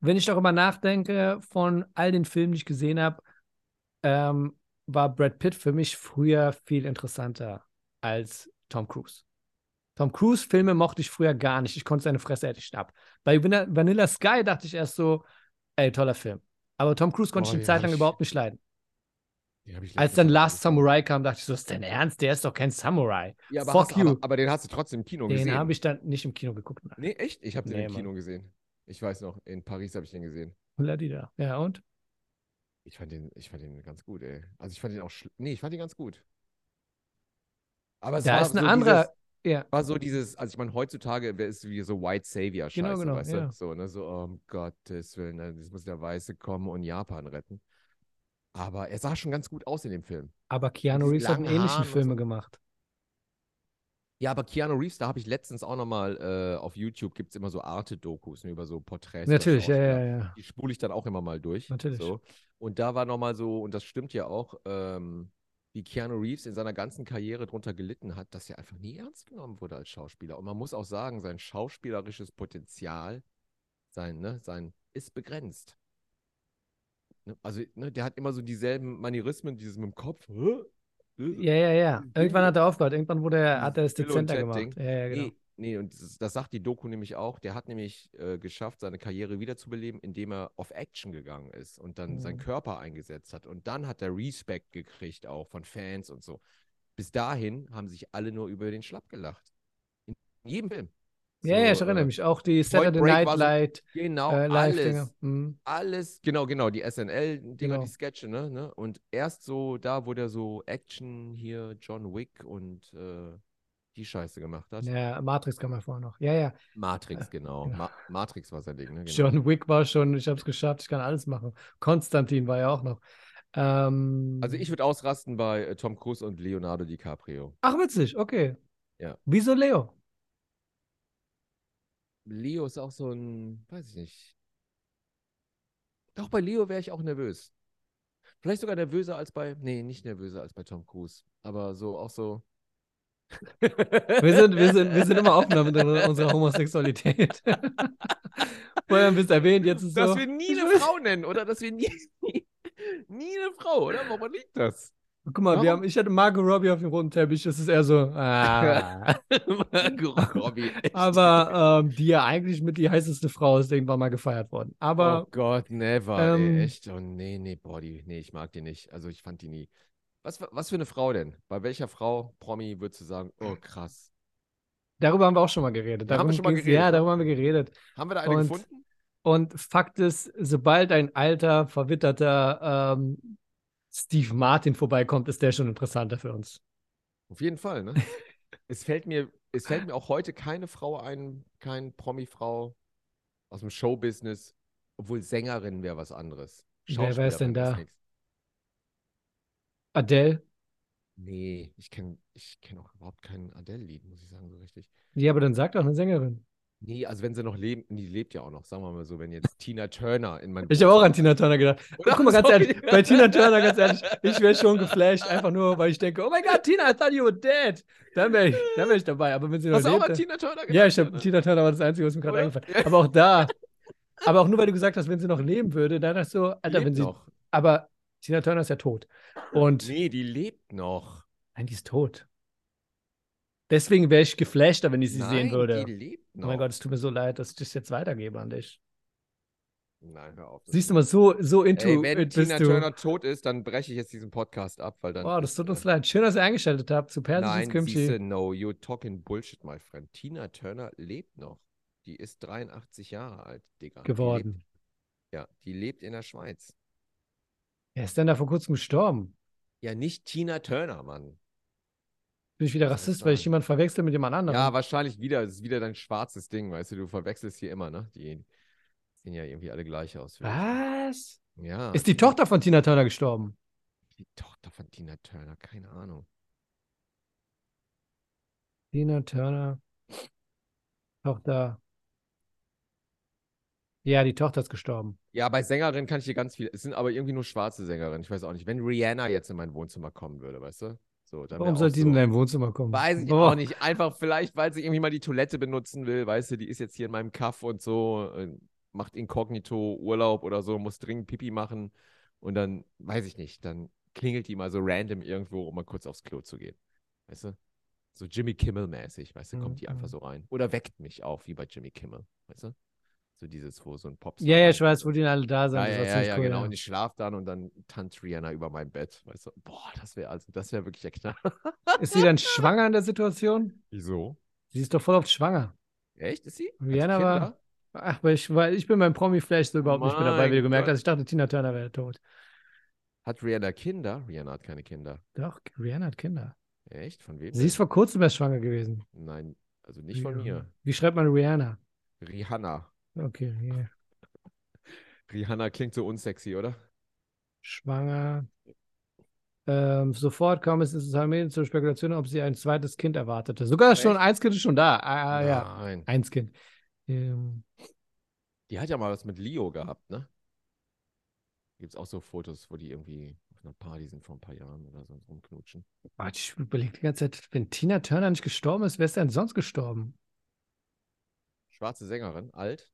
S2: wenn ich darüber nachdenke, von all den Filmen, die ich gesehen habe, ähm, war Brad Pitt für mich früher viel interessanter als Tom Cruise. Tom Cruise-Filme mochte ich früher gar nicht. Ich konnte seine Fresse hätte ich ab. Bei Vanilla- Vanilla Sky dachte ich erst so, ey, toller Film. Aber Tom Cruise konnte
S1: Boah,
S2: ich eine
S1: den
S2: Zeit
S1: hab
S2: lang
S1: Oh ich-
S2: überhaupt nicht leiden.
S1: Den hab ich
S2: Als
S1: letztens
S2: dann
S1: auch
S2: Last
S1: angefangen.
S2: Samurai kam, dachte ich so, ist dein Ernst? Der ist doch kein Samurai.
S1: Ja, aber,
S2: Fuck
S1: hast, aber,
S2: you.
S1: aber den hast du trotzdem im Kino
S2: Den
S1: gesehen.
S2: habe ich dann nicht im Kino geguckt. Nein.
S1: Nee, echt? Ich habe den
S2: Nee,
S1: im
S2: Mann.
S1: Kino gesehen. Ich weiß noch, in Paris habe ich den gesehen.
S2: Ladida. Ja, und?
S1: Ich fand den, ich fand den ganz gut, ey. Also ich fand den auch schl- Nee, ich fand den ganz gut. Aber es
S2: Da
S1: war
S2: ist eine
S1: so
S2: andere.
S1: dieses,
S2: Ja,
S1: war so dieses, also ich meine, heutzutage wer ist wie so White Savior Scheiße,
S2: genau,
S1: weißt
S2: ja.
S1: du? So, ne, so, oh, um Gottes Willen, ne, jetzt muss der Weiße kommen und Japan retten. Aber er sah schon ganz gut aus in dem Film.
S2: aber
S1: diesen
S2: Keanu Reeves hat einen
S1: langen
S2: ähnlichen
S1: Haaren und
S2: Filme
S1: so.
S2: gemacht.
S1: Ja, aber Keanu Reeves, da habe ich letztens auch nochmal äh, auf YouTube gibt es immer so Arte-Dokus ne, über so Porträts
S2: Natürlich,
S1: oder
S2: ja,
S1: Schauspieler.
S2: ja, ja.
S1: Die spule ich dann auch immer mal durch.
S2: Natürlich.
S1: So. Und da war nochmal so, und das stimmt ja auch, ähm, wie Keanu Reeves in seiner ganzen Karriere drunter gelitten hat, dass er einfach nie ernst genommen wurde als Schauspieler. Und man muss auch sagen, sein schauspielerisches Potenzial, sein, ne, sein, ist begrenzt. Ne? Also, ne, der hat immer so dieselben Manierismen, dieses mit dem Kopf. Hä? Äh,
S2: Ja, ja, ja.
S1: Ding
S2: Irgendwann
S1: hier.
S2: hat er aufgehört. Irgendwann wurde er, hat er es
S1: Dieses Bill und
S2: dezenter
S1: Ted
S2: gemacht. Ja, ja, genau.
S1: Nee, nee, und das, das sagt die Doku nämlich auch. Der hat nämlich äh, geschafft, seine Karriere wiederzubeleben, indem er auf Action gegangen ist und dann seinen
S2: Mhm.
S1: Körper eingesetzt hat. Und dann hat er Respekt gekriegt, auch von Fans und so. Bis dahin haben sich alle nur über den Schlapp gelacht. In jedem Film.
S2: Ja, ja, ich
S1: So,
S2: erinnere
S1: äh,
S2: mich. Auch die Saturday
S1: Break
S2: Night
S1: war so-
S2: Light,
S1: Genau,
S2: äh,
S1: alles
S2: Live-Dinger. Mhm.
S1: alles, genau, genau, die SNL-Dinger,
S2: Genau.
S1: die Sketche, ne, ne? Und erst so da, wo der so Action hier, John Wick und äh, die Scheiße gemacht hat.
S2: Ja, Matrix kam ja vorher noch. Ja, ja.
S1: Matrix, genau.
S2: genau.
S1: Ma Matrix war sein Ding, ne? Genau.
S2: John Wick war schon, ich hab's geschafft, ich kann alles machen. Konstantin war ja auch noch. Ähm,
S1: Also ich würde ausrasten bei äh, Tom Cruise und Leonardo DiCaprio.
S2: Ach, witzig, okay.
S1: Ja.
S2: Wieso Leo?
S1: Leo ist auch so ein, weiß ich nicht. Doch bei Leo wäre ich auch nervös. Vielleicht sogar nervöser als bei, nee, nicht nervöser als bei Tom Cruise, aber so auch so.
S2: Wir sind, wir sind, wir sind immer offen mit unserer Homosexualität. Vorher haben wir es erwähnt, jetzt ist
S1: Dass
S2: so.
S1: wir nie eine Frau nennen, oder? Dass wir nie, nie, nie eine Frau, oder? Woran liegt das?
S2: Guck mal, wir
S1: Warum?
S2: haben, ich hatte Margot Robbie auf dem roten Teppich, das ist eher so. Ah.
S1: Robby, echt.
S2: Aber ähm, die ja eigentlich mit die heißeste Frau ist irgendwann mal gefeiert worden.
S1: Oh
S2: Aber
S1: Gott, never.
S2: ähm,
S1: ey, echt. Oh nee, nee, boah, die, nee, ich mag die nicht. Also ich fand die nie. Was, wa- was für eine Frau denn? Bei welcher Frau, Promi, würdest du sagen, oh krass.
S2: darüber haben wir auch schon mal geredet.
S1: Da haben wir
S2: Darum
S1: schon mal
S2: ging's-
S1: geredet,
S2: Ja,
S1: ne?
S2: darüber haben wir geredet.
S1: Haben wir da eine
S2: Und-
S1: gefunden?
S2: Und Fakt ist, sobald ein alter, verwitterter ähm, Steve Martin vorbeikommt, ist der schon interessanter für uns.
S1: Auf jeden Fall, ne? es fällt mir, es fällt mir auch heute keine Frau ein, kein Promi-Frau aus dem Showbusiness, obwohl Sängerin wäre was anderes.
S2: Wer wär's
S1: Schauspielerin
S2: denn
S1: ist
S2: da?
S1: nix.
S2: Adele?
S1: Nee, ich kenne ich kenn auch überhaupt kein Adele-Lied, muss ich sagen, so richtig.
S2: Ja, aber dann sagt auch eine Sängerin.
S1: Nee, also wenn sie noch leben, die lebt ja auch noch, sagen wir mal so, wenn jetzt Tina Turner in meinem
S2: Ich habe auch an
S1: Wohnzimmer-
S2: Tina Turner gedacht.
S1: Oder?
S2: Guck mal, ganz
S1: Sorry.
S2: ehrlich, bei Tina Turner, ganz ehrlich, ich wäre schon geflasht, einfach nur, weil ich denke, oh mein Gott, Tina, I thought you were dead. Dann wäre ich, dann wär ich dabei. Aber wenn sie noch
S1: Hast du auch
S2: lebt,
S1: an
S2: dann-
S1: Tina Turner gedacht?
S2: Ja, ich
S1: Jana?
S2: habe Tina Turner war das Einzige, was mir gerade
S1: Oder?
S2: eingefallen ist. Aber auch da, aber auch nur, weil du gesagt hast, wenn sie noch leben würde, dann dachte ich so,
S1: Die
S2: Alter, wenn
S1: lebt
S2: sie,
S1: noch.
S2: aber Tina Turner ist ja tot. Und
S1: Nee, die lebt noch.
S2: Nein, die ist tot. Deswegen wäre ich geflashter, wenn ich sie
S1: Nein,
S2: sehen würde.
S1: die lebt noch.
S2: Oh mein Gott, es tut mir so leid, dass ich das jetzt weitergebe an dich.
S1: Nein, hör auf. das
S2: Siehst du
S1: ist-
S2: mal, so, so into
S1: Ey, wenn
S2: it bist
S1: Tina
S2: du.
S1: Turner tot ist, dann breche ich jetzt diesen Podcast ab, weil dann.
S2: oh, das
S1: ist,
S2: tut uns
S1: äh,
S2: leid. Schön, dass ihr eingeschaltet habt zu Persisches
S1: Nein, siehste,
S2: Kimchi.
S1: no, you talking bullshit, my friend. Tina Turner lebt noch. Die ist 83 Jahre alt, Digga. Die lebt,
S2: geworden.
S1: ja, die lebt in der Schweiz.
S2: Er ist dann da vor kurzem gestorben.
S1: Ja, nicht Tina Turner, Mann.
S2: Bin ich wieder
S1: Was soll ich
S2: Rassist, weil ich
S1: sagen?
S2: jemanden verwechsel mit jemand anderem.
S1: Ja, wahrscheinlich wieder. Es ist wieder dein schwarzes Ding, weißt du. Du verwechselst hier immer, ne? Die sehen ja irgendwie alle gleich aus. würde ich sagen.
S2: Was?
S1: Ja.
S2: Ist die Tochter von Tina Turner gestorben?
S1: Die Tochter von Tina Turner, keine Ahnung.
S2: Tina Turner. Tochter. Ja, die Tochter ist gestorben.
S1: Ja, bei Sängerinnen kann ich hier ganz viel. Es sind aber irgendwie nur schwarze Sängerinnen. Ich weiß auch nicht. Wenn Rihanna jetzt in mein Wohnzimmer kommen würde, weißt du? So, dann wär
S2: Warum
S1: auch
S2: soll die
S1: so.
S2: in dein Wohnzimmer kommen?
S1: Weiß ich
S2: Warum?
S1: auch nicht. Einfach vielleicht, weil sie irgendwie mal die Toilette benutzen will, weißt du, die ist jetzt hier in meinem Kaff und so, äh, macht inkognito Urlaub oder so, muss dringend Pipi machen und dann, weiß ich nicht, dann klingelt die mal so random irgendwo, um mal kurz aufs Klo zu gehen. Weißt du? So Jimmy Kimmel-mäßig, weißt du, kommt die einfach
S2: Mhm.
S1: so rein. Oder weckt mich auf, wie bei Jimmy Kimmel, weißt du? So dieses, wo so ein Popstar.
S2: Ja, ja, ich
S1: reinkommt
S2: weiß, wo die alle da sind.
S1: ja,
S2: das
S1: ja,
S2: war
S1: ja,
S2: ziemlich
S1: ja,
S2: cool,
S1: genau.
S2: ja.
S1: Und ich schlafe dann und dann tanzt Rihanna über mein Bett. Weißt du, boah, das wäre also, das wäre wirklich der Knall.
S2: Ist sie dann schwanger in der Situation?
S1: Wieso?
S2: Sie ist doch voll oft schwanger.
S1: Echt, ist sie? Hat die
S2: Rihanna war-
S1: Kinder?
S2: Ach, aber ich, weil ich bin beim Promi-Flash so überhaupt nicht mit dabei, wie du
S1: Mein
S2: gemerkt
S1: Gott.
S2: hast. Ich dachte, Tina Turner wäre tot.
S1: Hat Rihanna Kinder? Rihanna hat keine Kinder.
S2: Doch, Rihanna hat Kinder.
S1: Echt? Von wem?
S2: Sie ist
S1: denn?
S2: vor kurzem erst schwanger gewesen.
S1: Nein, also nicht von mir.
S2: Wie schreibt man Rihanna?
S1: Rihanna.
S2: Okay, hier.
S1: Rihanna klingt so unsexy, oder?
S2: Schwanger. Ähm, sofort kam es in sozialen Medien zur Spekulation, ob sie ein zweites Kind erwartete. Sogar schon
S1: Echt?
S2: eins Kind ist schon da. Ah, ja,
S1: Nein.
S2: eins Kind. Ähm,
S1: Die hat ja mal was mit Leo gehabt, ne? Gibt's auch so Fotos, wo die irgendwie auf einer Party sind vor ein paar Jahren oder so rumknutschen.
S2: warte, Ah, ich überlege die ganze Zeit, wenn Tina Turner nicht gestorben ist, wer ist denn sonst gestorben?
S1: Schwarze Sängerin, alt.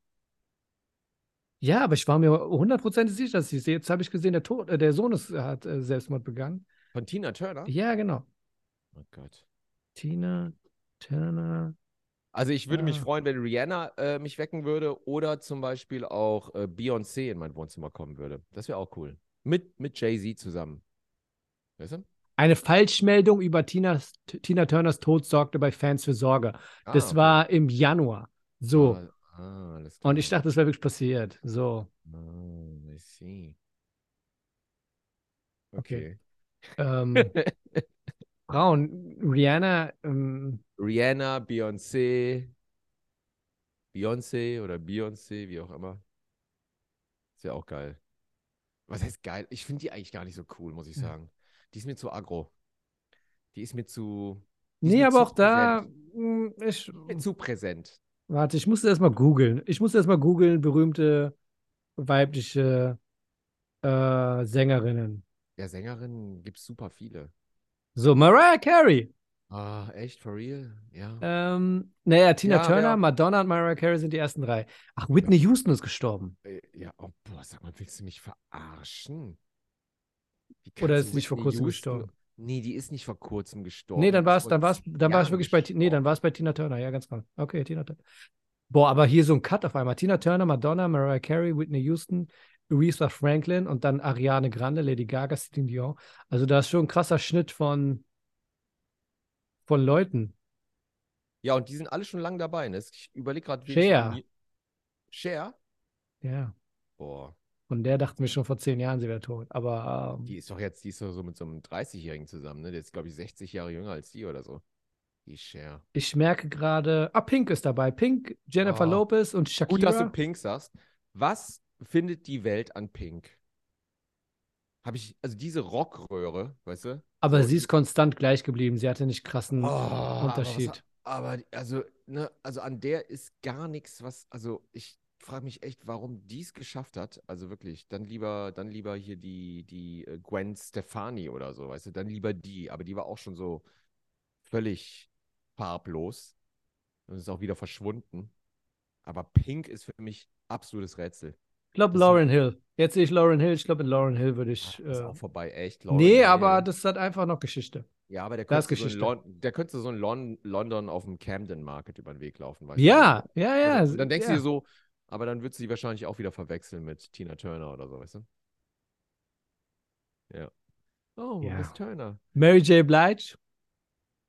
S2: Ja, aber ich war mir hundertprozentig sicher, dass ich sie. Jetzt habe ich gesehen, der, Tod, äh, der Sohn ist, hat äh, Selbstmord begangen.
S1: Von Tina Turner?
S2: Ja, genau.
S1: Oh Gott.
S2: Tina Turner.
S1: Also ich würde mich
S2: Ah.
S1: freuen, wenn Rihanna äh, mich wecken würde oder zum Beispiel auch äh, Beyoncé in mein Wohnzimmer kommen würde. Das wäre auch cool. Mit, mit Jay-Z zusammen. Weißt du?
S2: Eine Falschmeldung über Tinas, T- Tina Turners Tod sorgte bei Fans für Sorge.
S1: Ah,
S2: Das
S1: okay.
S2: war im Januar. So.
S1: Ah, ah, alles
S2: Und ich
S1: klar.
S2: dachte, das wäre wirklich passiert. So.
S1: Ah, I see. Okay.
S2: Okay. Hm. Ähm, Frauen, Rihanna, ähm,
S1: Rihanna, Beyoncé, Beyoncé oder Beyoncé, wie auch immer. Ist ja auch geil. Was heißt geil? Ich finde die eigentlich gar nicht so cool, muss ich
S2: Ja.
S1: sagen. Die ist mir zu aggro. Die ist mir zu, die ist
S2: Nee,
S1: mir
S2: aber
S1: zu
S2: auch da, mh, ich,
S1: mir zu präsent.
S2: warte, ich musste erstmal googeln. Ich musste erstmal googeln, berühmte weibliche äh, Sängerinnen.
S1: Ja, Sängerinnen gibt es super viele.
S2: So, Mariah Carey.
S1: Ah, echt, for real? Ja.
S2: Ähm, naja, Tina
S1: Ja, wer-
S2: Turner, Madonna und Mariah Carey sind die ersten drei. Ach, Whitney Houston ist gestorben.
S1: Äh, Ja, oh, boah, sag mal, willst du mich verarschen? Wie kannst
S2: Oder ist
S1: du
S2: die nicht vor
S1: Whitney
S2: kurzem
S1: Houston-
S2: gestorben?
S1: Nee, die ist nicht vor kurzem gestorben.
S2: Nee,
S1: die
S2: dann
S1: ist
S2: war es,
S1: vor
S2: dann war's, dann war es
S1: Jahren
S2: wirklich bei, Ti- nee, dann
S1: gestorben.
S2: war es bei Tina Turner, ja, ganz klar. Okay, Tina Turner. Boah, aber hier so ein Cut auf einmal. Tina Turner, Madonna, Mariah Carey, Whitney Houston, Aretha Franklin und dann Ariane Grande, Lady Gaga, Celine Dion. Also da ist schon ein krasser Schnitt von, von Leuten.
S1: Ja, und die sind alle schon lang dabei. Ne? Ich überlege gerade, wen
S2: Cher.
S1: ich. nomini- Cher?
S2: Ja.
S1: Boah,
S2: Von der dachten wir schon vor zehn Jahren, sie wäre tot. Aber ähm,
S1: die ist doch jetzt, die ist doch so mit so einem 30-Jährigen zusammen, ne? Der ist, glaube ich, 60 Jahre jünger als die oder so. Die Cher.
S2: ich merke gerade, ah, Pink ist dabei. Pink, Jennifer
S1: Ah.
S2: Lopez und
S1: Gut, dass du
S2: Shakira.
S1: Pink sagst. Was findet die Welt an Pink? Habe ich, also diese Rockröhre, weißt du?
S2: Aber
S1: so
S2: sie
S1: die-
S2: ist konstant gleich geblieben. Sie hatte nicht krassen
S1: Oh, aber was-
S2: Unterschied.
S1: Aber, die- also, ne, also an der ist gar nichts, was, also ich frage mich echt, warum die es geschafft hat. Also wirklich, dann lieber, dann lieber hier die, die äh, Gwen Stefani oder so, weißt du, dann lieber die. Aber die war auch schon so völlig farblos und ist auch wieder verschwunden. Aber Pink ist für mich absolutes Rätsel.
S2: Ich glaube,
S1: Das-
S2: Lauren Hill. Jetzt sehe ich Lauren Hill. Ich glaube, in Lauren Hill würde
S1: Ach,
S2: ich.
S1: Ah, ist
S2: Äh,
S1: auch vorbei, echt, Lauryn
S2: nee,
S1: Hill.
S2: aber das hat einfach noch Geschichte.
S1: Ja, aber der
S2: Das ist
S1: könnte so in
S2: Geschichte.
S1: Lon der könnte so in Lon London auf dem Camden Market über den Weg laufen, weißt du?
S2: Ja, ja, ja.
S1: Also, und dann denkst
S2: ja.
S1: du dir so, aber dann würdest du die wahrscheinlich auch wieder verwechseln mit Tina Turner oder so, weißt du? Ja. Oh,
S2: Ja.
S1: Miss Turner.
S2: Mary J. Blige,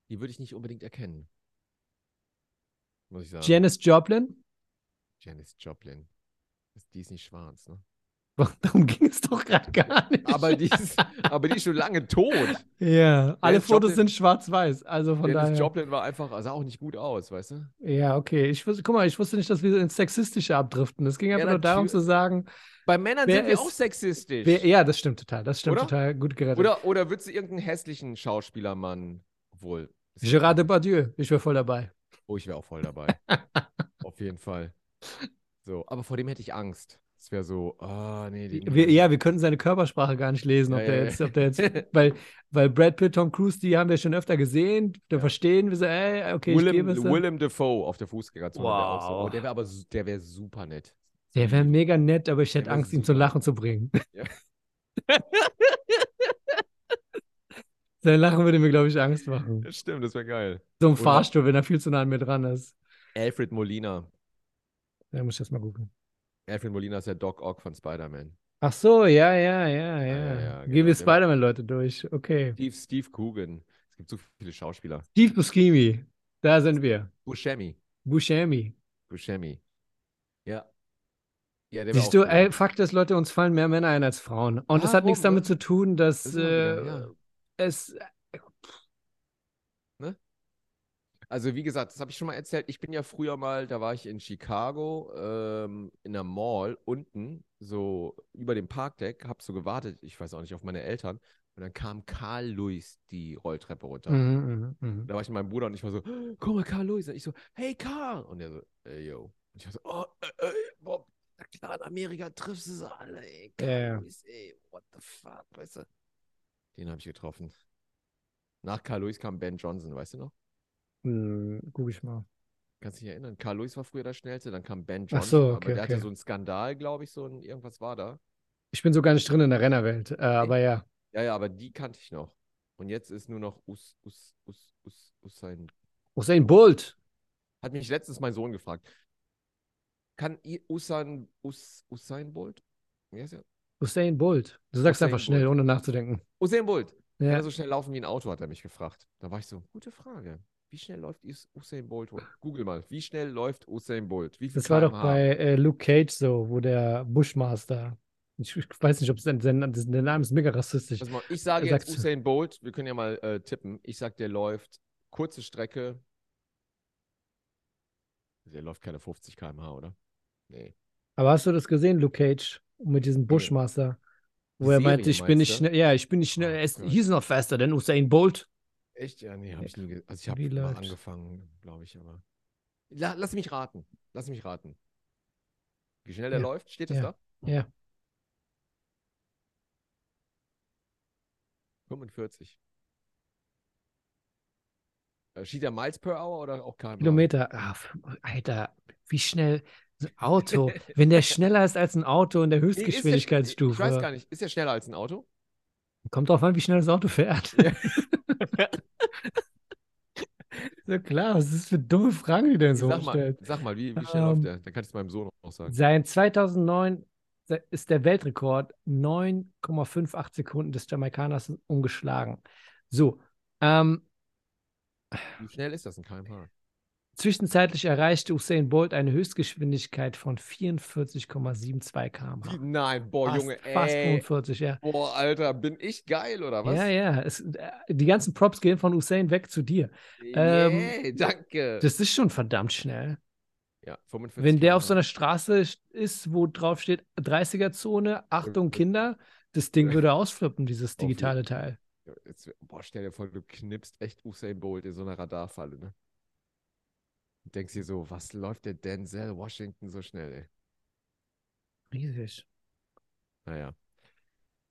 S1: Die würde ich nicht unbedingt erkennen. Muss ich sagen.
S2: Janis Joplin.
S1: Janis Joplin. Ist- Die ist nicht schwarz, ne?
S2: Darum ging es doch gerade gar nicht.
S1: Aber die ist, aber die ist schon lange tot.
S2: ja, alle
S1: Janis
S2: Fotos
S1: Joplin-
S2: sind schwarz-weiß. Also von
S1: Janis
S2: daher.
S1: Joplin war einfach, sah auch nicht gut aus, weißt du?
S2: Ja, okay. Ich wusste, guck mal, ich wusste nicht, dass wir ins Sexistische abdriften. Es ging einfach nur darum
S1: natürlich.
S2: zu sagen,
S1: Bei Männern
S2: Wer
S1: sind wir
S2: ist-
S1: auch sexistisch.
S2: wer, ja, das stimmt total. Das stimmt
S1: Oder?
S2: total. Gut gerettet.
S1: Oder, oder würdest du irgendeinen hässlichen Schauspielermann wohl?
S2: Gerard Depardieu, ich wäre voll dabei.
S1: Oh, ich wäre auch voll dabei. Auf jeden Fall. So, aber vor dem hätte ich Angst. Es wäre so, ah, nee, den
S2: Wir, ja, wir könnten seine Körpersprache gar nicht lesen, ob
S1: Ja,
S2: der
S1: ja,
S2: jetzt,
S1: ja.
S2: ob der jetzt, weil, weil Brad Pitt, Tom Cruise, die haben wir schon öfter gesehen, da
S1: Ja.
S2: verstehen wir so, ey, okay, ich
S1: Willem,
S2: gebe es. dann.
S1: Willem Dafoe auf der Fußgängerzone wäre auch so.
S2: Wow.
S1: Oh, der wäre aber, su- der wäre super nett.
S2: Der wäre mega nett, aber ich
S1: Der
S2: hätte
S1: wär
S2: Angst, ihn zum
S1: super.
S2: Lachen zu bringen.
S1: Ja.
S2: Sein Lachen würde mir, glaube ich, Angst machen.
S1: Das stimmt, das wäre geil.
S2: So ein
S1: Oder?
S2: Fahrstuhl, wenn er viel zu nah an mir dran ist.
S1: Alfred Molina.
S2: Da muss ich das mal googeln.
S1: Alfred Molina ist der Doc Ock von Spider-Man.
S2: Ach so, ja, ja, ja, ja.
S1: ja, ja,
S2: Gehen
S1: genau,
S2: wir
S1: der-
S2: Spider-Man-Leute durch. Okay.
S1: Steve, Steve Coogan. Es gibt so viele Schauspieler.
S2: Steve Buscemi, da sind wir.
S1: Buscemi.
S2: Buscemi.
S1: Buscemi. Ja. Ja, der wär
S2: Siehst du,
S1: cool.
S2: ey, Fakt ist, Leute, uns fallen mehr Männer ein als Frauen. Und es hat
S1: Warum?
S2: nichts damit zu tun, dass
S1: Das ist immer wieder,
S2: äh,
S1: ja.
S2: es.
S1: Also wie gesagt, das habe ich schon mal erzählt. Ich bin ja früher mal, da war ich in Chicago ähm, in der Mall unten, so über dem Parkdeck, habe so gewartet, ich weiß auch nicht, auf meine Eltern. Und dann kam Karl Luis die Rolltreppe runter.
S2: Mhm, mhm, mhm.
S1: Da war ich mit meinem Bruder und ich war so, guck mal, Karl Luis. Und ich so, hey Karl. Und er so, ey, yo. Und ich war so, oh, äh, äh, Bob, na klar, in Amerika triffst du sie alle, ey. Karl
S2: Ja, ja.
S1: Luis, ey, what the fuck, weißt du? Den habe ich getroffen. Nach Karl Luis kam Ben Johnson, weißt du noch?
S2: Hm, guck ich mal.
S1: Kannst dich erinnern? Carl Lewis war früher der Schnellste, dann kam Ben
S2: Ach
S1: Johnson.
S2: so, okay,
S1: aber der
S2: okay.
S1: hatte so einen Skandal, glaube ich, so ein irgendwas war da.
S2: Ich bin so gar nicht drin in der Rennerwelt, äh, aber ja.
S1: Ja, ja, aber die kannte ich noch. Und jetzt ist nur noch Us, Us, Us, Us, Usain.
S2: Usain Bolt.
S1: Hat mich letztens mein Sohn gefragt. Kann I- Usain, Us, Usain Bolt? Wie heißt er?
S2: Usain Bolt. Du sagst
S1: Usain
S2: einfach schnell,
S1: Bolt.
S2: ohne nachzudenken.
S1: Usain Bolt. Kann
S2: Ja.
S1: er so schnell laufen wie ein Auto, hat er mich gefragt. Da war ich so, gute Frage. Wie schnell läuft Us- Usain Bolt? hoch? Google mal, wie schnell läuft Usain Bolt? Wie viel
S2: Das war doch
S1: kmh?
S2: bei äh, Luke Cage so, wo der Bushmaster. Ich, ich weiß nicht, ob sein, sein, der Name ist mega rassistisch.
S1: Pass mal, ich sage jetzt
S2: Sagst du.
S1: Usain Bolt, wir können ja mal äh, tippen. Ich sag, der läuft kurze Strecke Der läuft keine 50 km/h, oder? Nee.
S2: Aber hast du das gesehen, Luke Cage, mit diesem Bushmaster? Wo er
S1: Serie,
S2: meinte, ich
S1: meinst
S2: bin nicht
S1: du?
S2: schnell, ja, ich bin nicht schnell,
S1: Oh
S2: er ist-
S1: Gott.
S2: he's not faster than Usain Bolt.
S1: Echt? Ja, nee, habe
S2: Nee.
S1: ich nie gesehen. Also ich habe
S2: Wie
S1: mal
S2: läuft's?
S1: angefangen, glaube ich, aber. La lass mich raten. Lass mich raten. Wie schnell der
S2: Ja.
S1: läuft, steht das
S2: Ja.
S1: da?
S2: Ja.
S1: 45. Äh, Steht der Miles per Hour oder auch kein
S2: Kilometer, ah, f- Alter, wie schnell so ein Auto, wenn der schneller ist als ein Auto in der
S1: Ich weiß gar
S2: Höchstgeschwindigkeitsstufe,
S1: nicht, ist der schneller als ein Auto?
S2: kommt drauf an, wie schnell das Auto fährt.
S1: Ja.
S2: so klar, was ist das für dumme Fragen, die der so
S1: sag, mal,
S2: stellt?
S1: sag mal, wie, wie schnell
S2: Ähm,
S1: läuft der? Dann kann ich es meinem Sohn auch sagen.
S2: Seit 2009 se- ist der Weltrekord 9,58 Sekunden des Jamaikaners ungeschlagen. So, ähm,
S1: Wie schnell ist das in kmh?
S2: Zwischenzeitlich erreichte Usain Bolt eine Höchstgeschwindigkeit von 44,72 km/h.
S1: Nein, boah,
S2: Fast,
S1: Oh, Junge,
S2: fast
S1: ey.
S2: 45, ja.
S1: Boah, Alter, bin ich geil oder was?
S2: Ja, ja. Es, äh, die ganzen Props gehen von Usain weg zu dir. Ähm,
S1: Yeah, danke.
S2: Das ist schon verdammt schnell.
S1: ja, 45
S2: Wenn der
S1: km/h.
S2: auf so einer Straße sch- ist, wo drauf steht 30er-Zone, Achtung Kinder, das Ding würde ausflippen, dieses
S1: Auf jeden-
S2: digitale Teil.
S1: Ja, Jetzt, boah, stell dir vor, du knippst echt Usain Bolt in so einer Radarfalle, ne? Und denkst dir so, was läuft der Denzel Washington so schnell, ey?
S2: Riesig.
S1: Naja.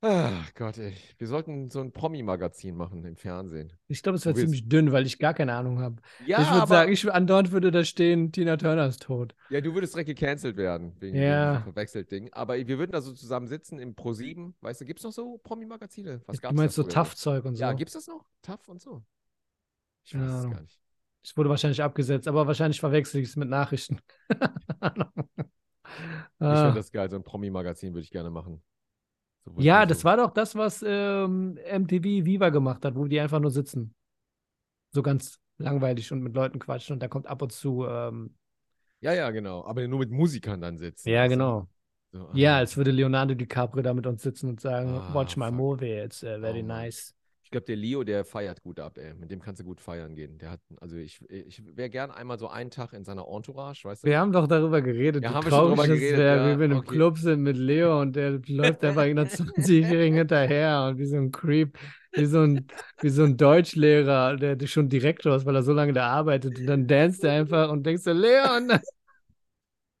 S1: Ach Gott, ey. Wir sollten so ein Promi-Magazin machen im Fernsehen.
S2: Ich glaube, es wäre
S1: Du willst-
S2: ziemlich dünn, weil ich gar keine Ahnung habe.
S1: Ja,
S2: ich würde sagen, ich, andauernd würde da stehen, Tina Turner ist tot.
S1: ja, du würdest direkt gecancelt werden wegen
S2: Ja.
S1: dem verwechselt Ding. Aber wir würden da so zusammen sitzen im Pro7. Weißt du, gibt's noch so Promi-Magazine? Was
S2: Du
S1: gab's
S2: meinst
S1: da
S2: so
S1: früher noch?
S2: Tough-Zeug und so.
S1: Ja, gibt's das noch? Tough und so. Ich weiß
S2: Keine
S1: es
S2: Ahnung.
S1: gar nicht.
S2: Es wurde wahrscheinlich abgesetzt, aber wahrscheinlich verwechsel ich es mit Nachrichten.
S1: Ich
S2: Ah.
S1: finde das geil, so ein Promi-Magazin würde ich gerne machen. So, wo ich
S2: ja,
S1: nur
S2: das
S1: so-
S2: war doch das, was ähm, MTV Viva gemacht hat, wo die einfach nur sitzen. So ganz langweilig und mit Leuten quatschen und da kommt ab und zu. Ähm,
S1: Ja, ja, genau. Aber nur mit Musikern dann sitzen.
S2: ja,
S1: weißt du?
S2: genau.
S1: So,
S2: Ja,
S1: ah,
S2: als würde Leonardo DiCaprio da mit uns sitzen und sagen:
S1: Ah,
S2: Watch my
S1: fuck.
S2: movie, it's äh, very
S1: Oh, Mann.
S2: nice.
S1: Ich glaube, der Leo, der feiert gut ab, ey. Mit dem kannst du gut feiern gehen. Der hat, also ich, ich wäre gern einmal so einen Tag in seiner Entourage, weißt du?
S2: Wir haben doch darüber geredet,
S1: Ja,
S2: wie
S1: haben wir schon
S2: traurig
S1: drüber
S2: es
S1: geredet,
S2: wäre,
S1: ja,
S2: wie wir in einem
S1: okay.
S2: Club sind mit Leo und der läuft einfach irgendeiner 20-Jährigen hinterher und wie so ein Creep, wie so ein, wie so ein Deutschlehrer, der schon Direktor ist, weil er so lange da arbeitet und dann danst er einfach und denkst du, Leon!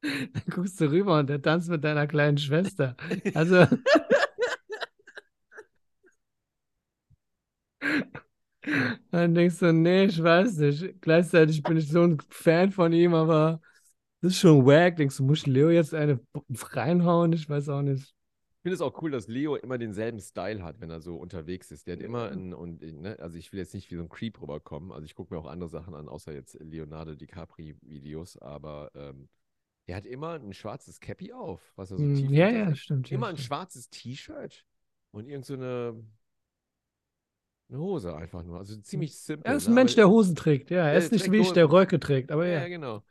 S2: Dann guckst du rüber und der tanzt mit deiner kleinen Schwester. Also, dann denkst du, nee, ich weiß nicht. Gleichzeitig bin ich so ein Fan von ihm, aber das ist schon wack. Denkst du, muss ich Leo jetzt eine reinhauen? Ich weiß auch nicht.
S1: Ich finde es auch cool, dass Leo immer denselben Style hat, wenn er so unterwegs ist. Der hat
S2: Mhm.
S1: immer einen, und, ne, also ich will jetzt nicht wie so ein Creep rüberkommen. Also ich gucke mir auch andere Sachen an, außer jetzt Leonardo DiCaprio-Videos, aber ähm, der hat immer ein schwarzes Cappy auf, was er so
S2: Hm,
S1: tief
S2: ja,
S1: runter-
S2: ja, stimmt. ja,
S1: immer ein
S2: stimmt.
S1: schwarzes T-Shirt und irgend so eine, eine Hose einfach nur. Also ziemlich simpel.
S2: Mhm. Er ist
S1: ne,
S2: ein Mensch,
S1: aber-
S2: der Hosen trägt. genau. Ja, er
S1: Ja,
S2: ist nicht
S1: trägt
S2: wie ich,
S1: Hosen.
S2: der Röcke trägt. Aber
S1: Ja,
S2: ja.
S1: ja, genau.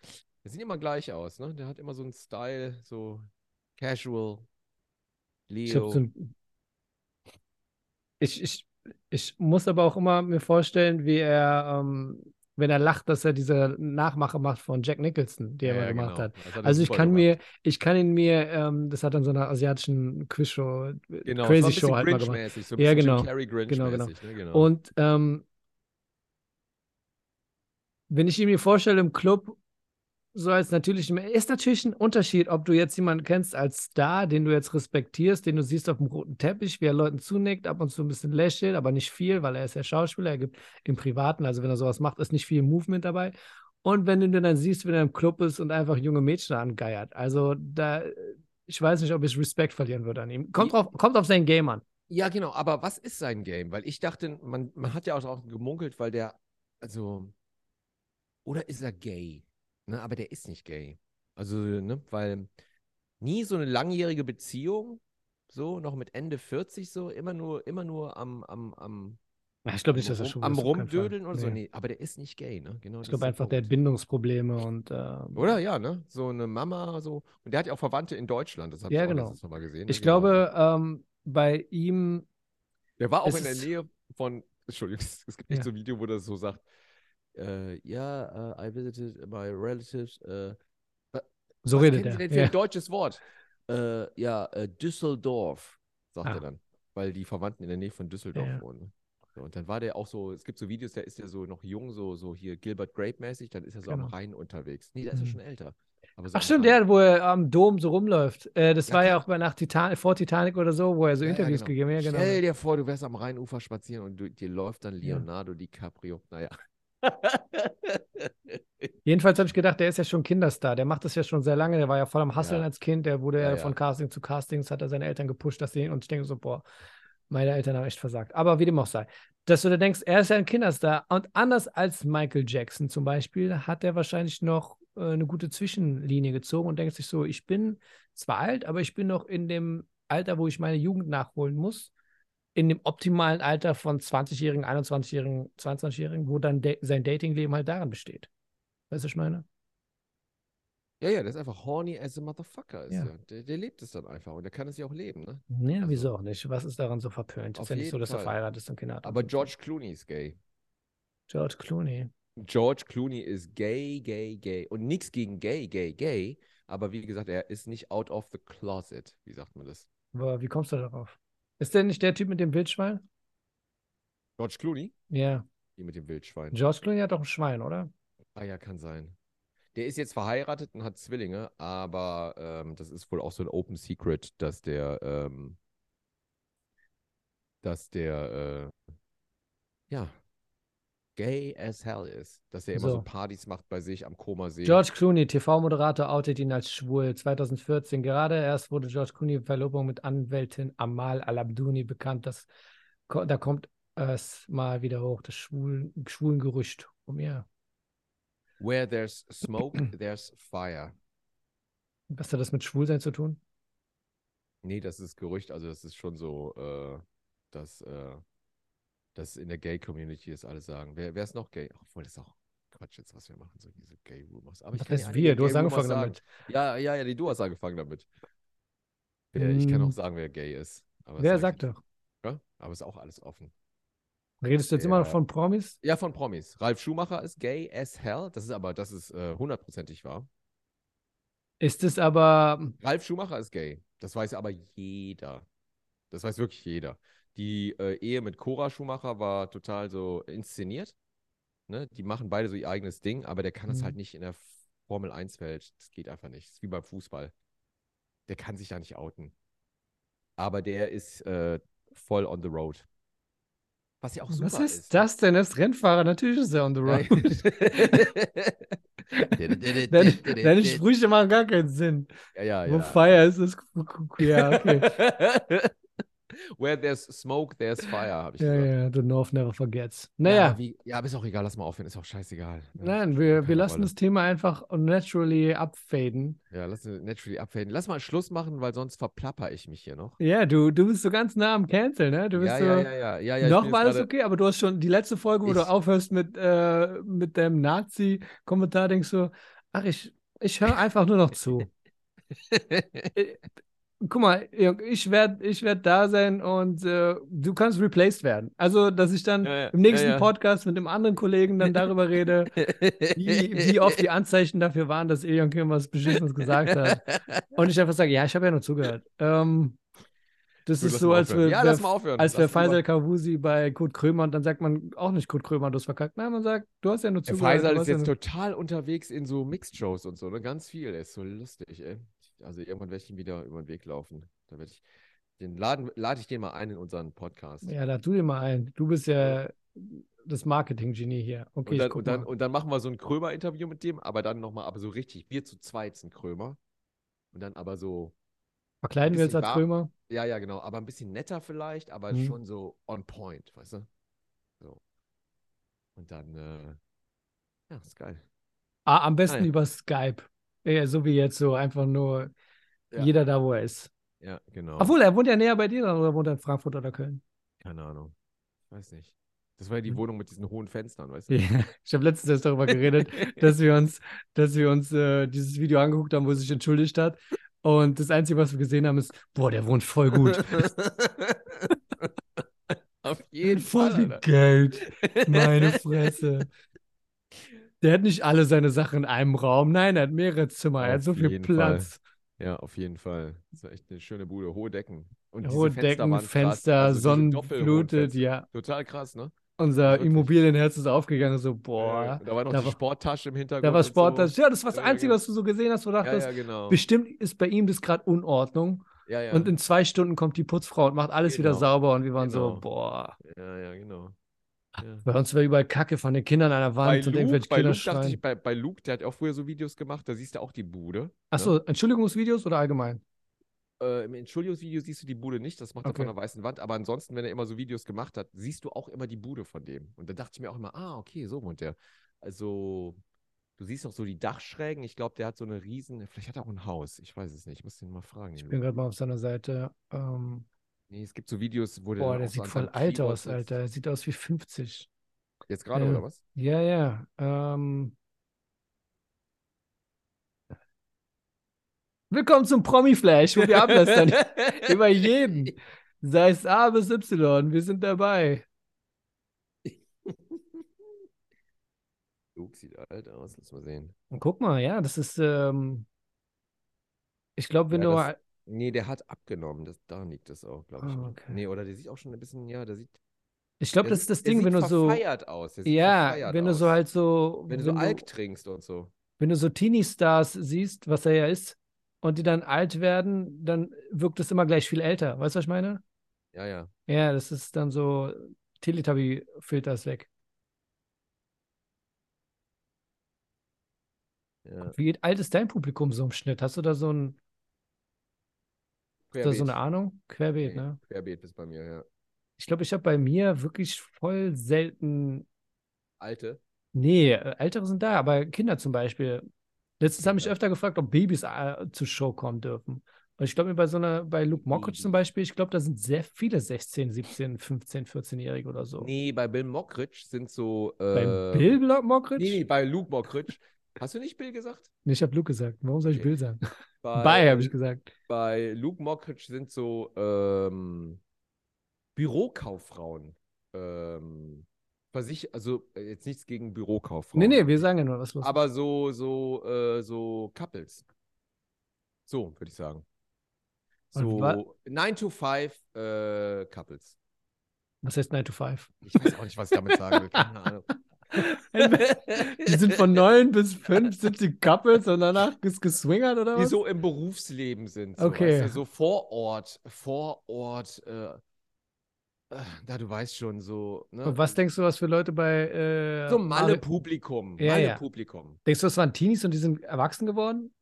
S1: Der sieht immer gleich aus, ne? Der hat immer so einen Style, so casual,
S2: Ich, hab
S1: Leo.
S2: so ein ich, ich, ich muss aber auch immer mir vorstellen, wie er, ähm, wenn er lacht, dass er diese Nachmache macht von Jack Nicholson, die er mal gemacht hat.
S1: genau. Das hat er
S2: Also ich
S1: super
S2: kann
S1: gemacht.
S2: mir, ich kann ihn mir, ähm, das hat dann so einer asiatischen Quizshow, äh,
S1: genau,
S2: Crazy
S1: es war
S2: Show
S1: ein
S2: halt mal
S1: bisschen
S2: gemacht.
S1: Grinch-mäßig, so ein
S2: Ja,
S1: bisschen
S2: genau.
S1: Jim Carrey
S2: Genau, genau.
S1: Grinch-mäßig, ne? Genau.
S2: Und ähm, wenn ich ihn mir vorstelle im Club, so als natürlich, ist natürlich ein Unterschied, ob du jetzt jemanden kennst als Star, den du jetzt respektierst, den du siehst auf dem roten Teppich, wie er Leuten zunickt, ab und zu ein bisschen lächelt, aber nicht viel, weil er ist ja Schauspieler, er gibt im Privaten, also wenn er sowas macht, ist nicht viel Movement dabei. Und wenn du den dann siehst, wenn er im Club ist und einfach junge Mädchen angeiert, also da, ich weiß nicht, ob ich Respekt verlieren würde an ihm. Kommt,
S1: Wie-
S2: drauf, kommt auf sein Game an.
S1: Ja, genau, aber was ist sein Game? Weil ich dachte, man, man hat ja auch drauf gemunkelt, weil der, also, oder ist er gay? Ne, aber der ist nicht gay. Also, ne, weil nie so eine langjährige Beziehung, so, noch mit Ende 40, so, immer nur, immer nur am, am, am,
S2: Ja, Ich glaube
S1: am,
S2: nicht, dass er
S1: rum,
S2: schon
S1: am
S2: ist, auf keinen Fall.
S1: Rumdödeln oder so.
S2: Nee.
S1: Nee, aber der ist nicht gay, ne? Genau,
S2: Ich
S1: das ist
S2: glaube einfach, der hat
S1: Punkt.
S2: Bindungsprobleme und ähm,
S1: Oder ja, ne? So eine Mama, so. Und der hat ja auch Verwandte in Deutschland, das habe
S2: Ja,
S1: ich auch
S2: genau.
S1: letztens nochmal gesehen. ne?
S2: ich
S1: Genau, so.
S2: glaube, ähm, bei ihm,
S1: Der war auch
S2: Es
S1: in der
S2: ist-
S1: Nähe von, Entschuldigung, es gibt echt
S2: Ja.
S1: so ein Video, wo das so sagt, äh, ja, äh, I visited my relatives. Äh,
S2: So
S1: was
S2: redet
S1: kennen Sie
S2: er.
S1: denn für
S2: Ja.
S1: ein deutsches Wort? Äh, ja, äh, Düsseldorf, sagt
S2: Ah.
S1: er dann, weil die Verwandten in der Nähe von Düsseldorf
S2: Ja.
S1: wohnen. So, und dann war der auch so, es gibt so Videos, da ist er so noch jung, so, so hier Gilbert Grape-mäßig, dann ist er so am
S2: Genau.
S1: Rhein unterwegs. Nee, da ist er
S2: Mhm.
S1: schon älter. Aber so
S2: Ach
S1: am
S2: stimmt,
S1: Rhein.
S2: der, wo er am Dom so rumläuft. Äh, das
S1: Ja,
S2: war ja
S1: klar.
S2: auch bei nach Titan vor Titanic oder so, wo er so
S1: Ja, ja,
S2: Interviews
S1: genau.
S2: gegeben hat. Ja,
S1: Stell
S2: genau.
S1: dir vor, du wärst am Rheinufer spazieren und du, dir läuft dann
S2: Ja.
S1: Leonardo DiCaprio. Naja.
S2: Jedenfalls habe ich gedacht, der ist ja schon Kinderstar. Der macht das ja schon sehr lange. Der war ja voll am Hasseln
S1: Ja.
S2: als Kind. Der wurde ja,
S1: Ja, ja.
S2: von Casting zu Castings, hat er seine Eltern gepusht, dass sie. Und ich denke so, boah, meine Eltern haben echt versagt. Aber wie dem auch sei. Dass du da denkst, er ist ja ein Kinderstar. Und anders als Michael Jackson zum Beispiel, hat er wahrscheinlich noch äh, eine gute Zwischenlinie gezogen und denkt sich so, ich bin zwar alt, aber ich bin noch in dem Alter, wo ich meine Jugend nachholen muss. In dem optimalen Alter von 20-Jährigen, 21-Jährigen, 22-Jährigen, wo dann da- sein Datingleben halt darin besteht. Weißt du, was ich meine?
S1: Ja, ja, der ist einfach horny as a motherfucker. Ist
S2: Ja.
S1: ja. der, der lebt es dann einfach und der kann es ja auch leben. Ne?
S2: Ja,
S1: Also-
S2: wieso auch nicht? Was ist daran so verpönt? Ist
S1: Auf
S2: ja nicht so,
S1: jeden
S2: dass er
S1: Fall.
S2: verheiratet ist und Kinder hat. und
S1: Aber
S2: so.
S1: George Clooney ist gay.
S2: George Clooney.
S1: George Clooney ist gay, gay, gay. Und nichts gegen gay, gay, gay. Aber wie gesagt, er ist nicht out of the closet. Wie sagt man das?
S2: Aber wie kommst du darauf? Ist der nicht der Typ mit dem Wildschwein?
S1: George Clooney?
S2: Ja.
S1: Hier mit dem Wildschwein.
S2: George Clooney hat doch ein Schwein, oder?
S1: Ah ja, kann sein. Der ist jetzt verheiratet und hat Zwillinge, aber ähm, das ist wohl auch so ein Open Secret, dass der, ähm, dass der, äh, ja, gay as hell ist. Dass er immer so,
S2: So.
S1: Partys macht bei sich am Komasee.
S2: George Clooney, TV-Moderator, outet ihn als schwul. 2014. Gerade erst wurde George Clooney in Verlobung mit Anwältin Amal Al-Abdouni bekannt. Das, ko- da kommt es mal wieder hoch, das schwulen, schwulen Gerücht um ihr.
S1: Where there's smoke, there's fire.
S2: Was hat das mit Schwulsein zu tun?
S1: Nee, das ist Gerücht, also das ist schon so, äh, dass, äh, dass in der Gay-Community das alle sagen. Wer, wer ist noch gay? Ach, Obwohl, das ist auch Quatsch jetzt, was wir machen, so diese Gay-Rumors. Aber ich
S2: Was
S1: kann dir
S2: heißt
S1: einige
S2: wir? Du hast
S1: Gay-Rumors
S2: angefangen
S1: sagen.
S2: damit.
S1: Ja, ja, ja, nee, du hast angefangen damit. Wer, Ich kann
S2: Hm.
S1: auch sagen, wer gay ist. Aber das
S2: Wer
S1: sag ich
S2: sagt doch?
S1: nicht, ne? Aber ist auch alles offen.
S2: Redest du jetzt immer noch
S1: Ja.
S2: von Promis?
S1: Ja, von Promis. Ralf Schumacher ist gay as hell. Das ist aber, das ist äh, hundertprozentig wahr.
S2: Ist es aber,
S1: Ralf Schumacher ist gay. Das weiß aber jeder. Das weiß wirklich jeder. Die äh, Ehe mit Cora Schumacher war total so inszeniert. Ne? Die machen beide so ihr eigenes Ding, aber der kann das
S2: Mhm.
S1: halt nicht in der Formel 1-Welt. Das geht einfach nicht. Das ist wie beim Fußball. Der kann sich da nicht outen. Aber der ist äh, voll on the road. Was ja auch super
S2: was ist,
S1: ne?
S2: das denn? Er ist Rennfahrer, natürlich ist er on the
S1: Ja.
S2: road. Deine, deine Sprüche machen gar keinen Sinn.
S1: ja, Ah, ja,
S2: Wo
S1: ja.
S2: Fire ist, ist ja, okay.
S1: Where there's smoke, there's fire, habe ich
S2: Ja,
S1: gesagt.
S2: ja, the North never forgets.
S1: Ja,
S2: Naja,
S1: aber wie, ja, aber ist auch egal, lass mal aufhören, ist auch scheißegal. Ja,
S2: nein,
S1: spielt
S2: wir,
S1: keine
S2: wir lassen
S1: Rolle.
S2: das Thema einfach naturally abfaden.
S1: Ja, lass uns naturally abfaden. Lass mal Schluss machen, weil sonst verplapper ich mich hier noch.
S2: Ja, du, du bist so ganz nah am Cancel, ne? Du bist
S1: ja,
S2: so,
S1: ja, ja, ja, ja, ja. ich
S2: noch
S1: bin
S2: war
S1: jetzt
S2: alles
S1: gerade-
S2: okay, aber du hast schon die letzte Folge, wo du
S1: Ich-
S2: aufhörst mit, äh, mit deinem Nazi-Kommentar, denkst du, ach, ich, ich höre einfach nur noch zu. Äh, Guck mal, Jörg, ich werde ich werd da sein und äh, du kannst replaced werden. Also, dass ich dann
S1: Ja, ja,
S2: im nächsten
S1: ja, ja.
S2: Podcast mit einem anderen Kollegen dann darüber rede, wie, wie oft die Anzeichen dafür waren, dass Elion Kim was Beschissenes gesagt hat. Und ich einfach sage, ja, ich habe ja nur zugehört. Ähm, das
S1: Gut,
S2: ist
S1: lass
S2: so,
S1: mal
S2: als
S1: aufhören.
S2: wir,
S1: Ja, lass mal aufhören.
S2: als wir
S1: Lass lieber-
S2: Faisal Kavusi bei Kurt Krömer und dann sagt man auch nicht Kurt Krömer, du hast verkackt. Nein, man sagt, du hast ja nur
S1: Der
S2: zugehört.
S1: Faisal
S2: du
S1: ist
S2: hast ja
S1: jetzt
S2: nur...
S1: total unterwegs in so Mixed-Shows und so, ne? Ganz viel. Der ist so lustig, ey. Also irgendwann werde ich ihm wieder über den Weg laufen. Da werde ich den laden, lade ich den mal ein in unseren Podcast.
S2: Ja, lad du dir mal ein. Du bist ja das Marketing-Genie hier. Okay,
S1: Und
S2: ich
S1: dann,
S2: guck
S1: und, dann,
S2: mal.
S1: und dann machen wir so ein Krömer-Interview mit dem, aber dann nochmal, aber so richtig, wir zu zweit sind Krömer. Und dann aber so,
S2: Verkleiden wir uns
S1: bisschen
S2: als
S1: warm.
S2: Krömer?
S1: ja, ja, genau, aber ein bisschen netter vielleicht, aber
S2: Mhm.
S1: schon so on point, weißt du? So. Und dann, äh, ja, ist geil.
S2: Ah, am besten
S1: Naja.
S2: über Skype. Ja, so wie jetzt so, einfach nur
S1: Ja.
S2: jeder da, wo er ist.
S1: Ja, genau.
S2: Obwohl, er wohnt ja näher bei dir dran, oder wohnt er in Frankfurt oder Köln?
S1: Keine Ahnung. Ich weiß nicht. Das war ja die
S2: Hm.
S1: Wohnung mit diesen hohen Fenstern, weißt du?
S2: Ja, ich habe letztens erst darüber geredet, dass wir uns, dass wir uns äh, dieses Video angeguckt haben, wo er sich entschuldigt hat. Und das Einzige, was wir gesehen haben, ist, boah, der wohnt voll gut.
S1: Auf
S2: Mit
S1: jeden Fall.
S2: voll viel
S1: Alter.
S2: Geld. Meine Fresse. Der hat nicht alle seine Sachen in einem Raum. Nein, er hat mehrere Zimmer. Er hat
S1: Auf
S2: so viel
S1: jeden Fall.
S2: Platz.
S1: Ja, auf jeden Fall. Das war echt eine schöne Bude. Hohe Decken. Und diese
S2: Hohe
S1: Fenster
S2: Decken,
S1: waren
S2: Fenster,
S1: krass. Also diese doppelhohen
S2: sonnenflutet.
S1: Fenster.
S2: Ja,
S1: Total krass, ne?
S2: unser
S1: Wirklich.
S2: Immobilienherz ist aufgegangen. So, boah.
S1: Äh, Da war noch
S2: da
S1: die
S2: war-
S1: Sporttasche im Hintergrund.
S2: Da
S1: und
S2: war Sport. das-
S1: So.
S2: Ja, das war das
S1: Ja, ja,
S2: Einzige,
S1: genau.
S2: was du so gesehen hast, wo du
S1: Ja,
S2: dachtest,
S1: ja, genau.
S2: bestimmt ist bei ihm das gerade Unordnung.
S1: Ja, ja.
S2: Und in zwei Stunden kommt die Putzfrau und macht alles wieder
S1: Genau.
S2: sauber. Und wir waren so,
S1: Genau.
S2: boah.
S1: ja, ja, genau. Ja.
S2: Bei uns war überall Kacke von den Kindern an der
S1: Bei
S2: Wand und
S1: Luke,
S2: irgendwelche
S1: bei
S2: Kinder
S1: Luke dachte
S2: schreien.
S1: ich, bei, bei Luke, der hat auch früher so Videos gemacht, da siehst du auch die Bude.
S2: Achso, Entschuldigungsvideos oder allgemein?
S1: Äh, Im Entschuldigungsvideo siehst du die Bude nicht, das macht er
S2: Okay.
S1: von einer weißen Wand, aber ansonsten, wenn er immer so Videos gemacht hat, siehst du auch immer die Bude von dem. Und da dachte ich mir auch immer, ah, okay, so wohnt der. Also, du siehst auch so die Dachschrägen, ich glaube, der hat so eine riesen, vielleicht hat er auch ein Haus, ich weiß es nicht, ich muss den mal fragen.
S2: Ich
S1: den
S2: bin
S1: Luke.
S2: gerade mal auf seiner Seite. Ähm,
S1: Nee, es gibt so Videos, wo der
S2: boah,
S1: dann
S2: der
S1: auch so
S2: sieht
S1: an
S2: voll
S1: seinem
S2: alt
S1: Keyboard
S2: aus,
S1: sitzt.
S2: Alter. Der sieht aus wie 50.
S1: Jetzt gerade,
S2: Ja.
S1: oder was?
S2: Ja, ja. Ähm. Willkommen zum Promi-Flash, wo wir ablästern über jeden. Sei es A bis Y, wir sind dabei.
S1: Luke sieht alt aus, lass mal sehen.
S2: Und guck mal, ja, das ist, ähm, ich glaube, wenn
S1: Ja,
S2: du
S1: das-
S2: mal,
S1: Nee, der hat abgenommen, das, daran liegt das auch, glaube ich.
S2: Ah,
S1: ne?
S2: okay.
S1: Nee, oder der sieht auch schon ein bisschen, ja, der sieht,
S2: ich glaube,
S1: der
S2: das
S1: sieht,
S2: ist das
S1: der
S2: Ding,
S1: sieht
S2: wenn du so,
S1: verfeiert aus. Der sieht
S2: ja,
S1: verfeiert
S2: wenn du so
S1: aus.
S2: halt so,
S1: Wenn du so Alk trinkst und so.
S2: wenn du so Teenie-Stars siehst, was er ja ist, und die dann alt werden, dann wirkt es immer gleich viel älter. Weißt du, was ich meine?
S1: Ja, ja.
S2: Ja, das ist dann so, Teletubby-Filter ist weg.
S1: ja.
S2: Wie alt ist dein Publikum so im Schnitt? Hast du da so, ein, da so eine Ahnung? Querbeet,
S1: Nee,
S2: ne?
S1: Querbeet ist bei mir, ja.
S2: Ich glaube, ich habe bei mir wirklich voll selten.
S1: Alte.
S2: Nee, äh, Ältere sind da, aber Kinder zum Beispiel. Letztens haben mich
S1: Kinder.
S2: öfter gefragt, ob Babys äh, zur Show kommen dürfen. Und ich glaube mir bei so einer, bei Luke Mockridge zum
S1: Babys.
S2: Beispiel, ich glaube, da sind sehr viele 16, 17, 15, 14-Jährige oder so.
S1: Nee, bei Bill Mockridge sind so.
S2: Beim
S1: ähm,
S2: Bill Lo- Mockridge?
S1: Nee, nee,
S2: Nee,
S1: bei Luke Mockridge. Hast du nicht Bill gesagt?
S2: ich habe Luke gesagt. Warum soll ich
S1: Okay.
S2: Bill sagen? Bei, habe ich gesagt.
S1: bei Luke Mockridge sind so ähm, Bürokauffrauen. Ähm, Versich also äh, jetzt nichts gegen Bürokauffrauen.
S2: Nee, nee, wir sagen ja nur, was los ist.
S1: Aber so, so, äh, so Couples. So, würde ich sagen.
S2: Und wa-
S1: So 9 to 5 äh, Couples.
S2: Was heißt 9 to 5?
S1: Ich weiß auch nicht, was ich damit sagen will. Keine Ahnung.
S2: Die sind von 9 bis 5 sind die Couples und danach ist geswingert oder
S1: Die
S2: was?
S1: so im Berufsleben sind. So,
S2: Okay.
S1: Weißt du, so vor Ort, vor Ort, äh, äh, na, du weißt schon, so. Ne?
S2: Und was denkst du, was für Leute bei äh,
S1: So
S2: Ari-
S1: Malle-Publikum.
S2: Ja, ja.
S1: Malle-Publikum.
S2: Denkst du, das waren Teenies und die sind erwachsen geworden?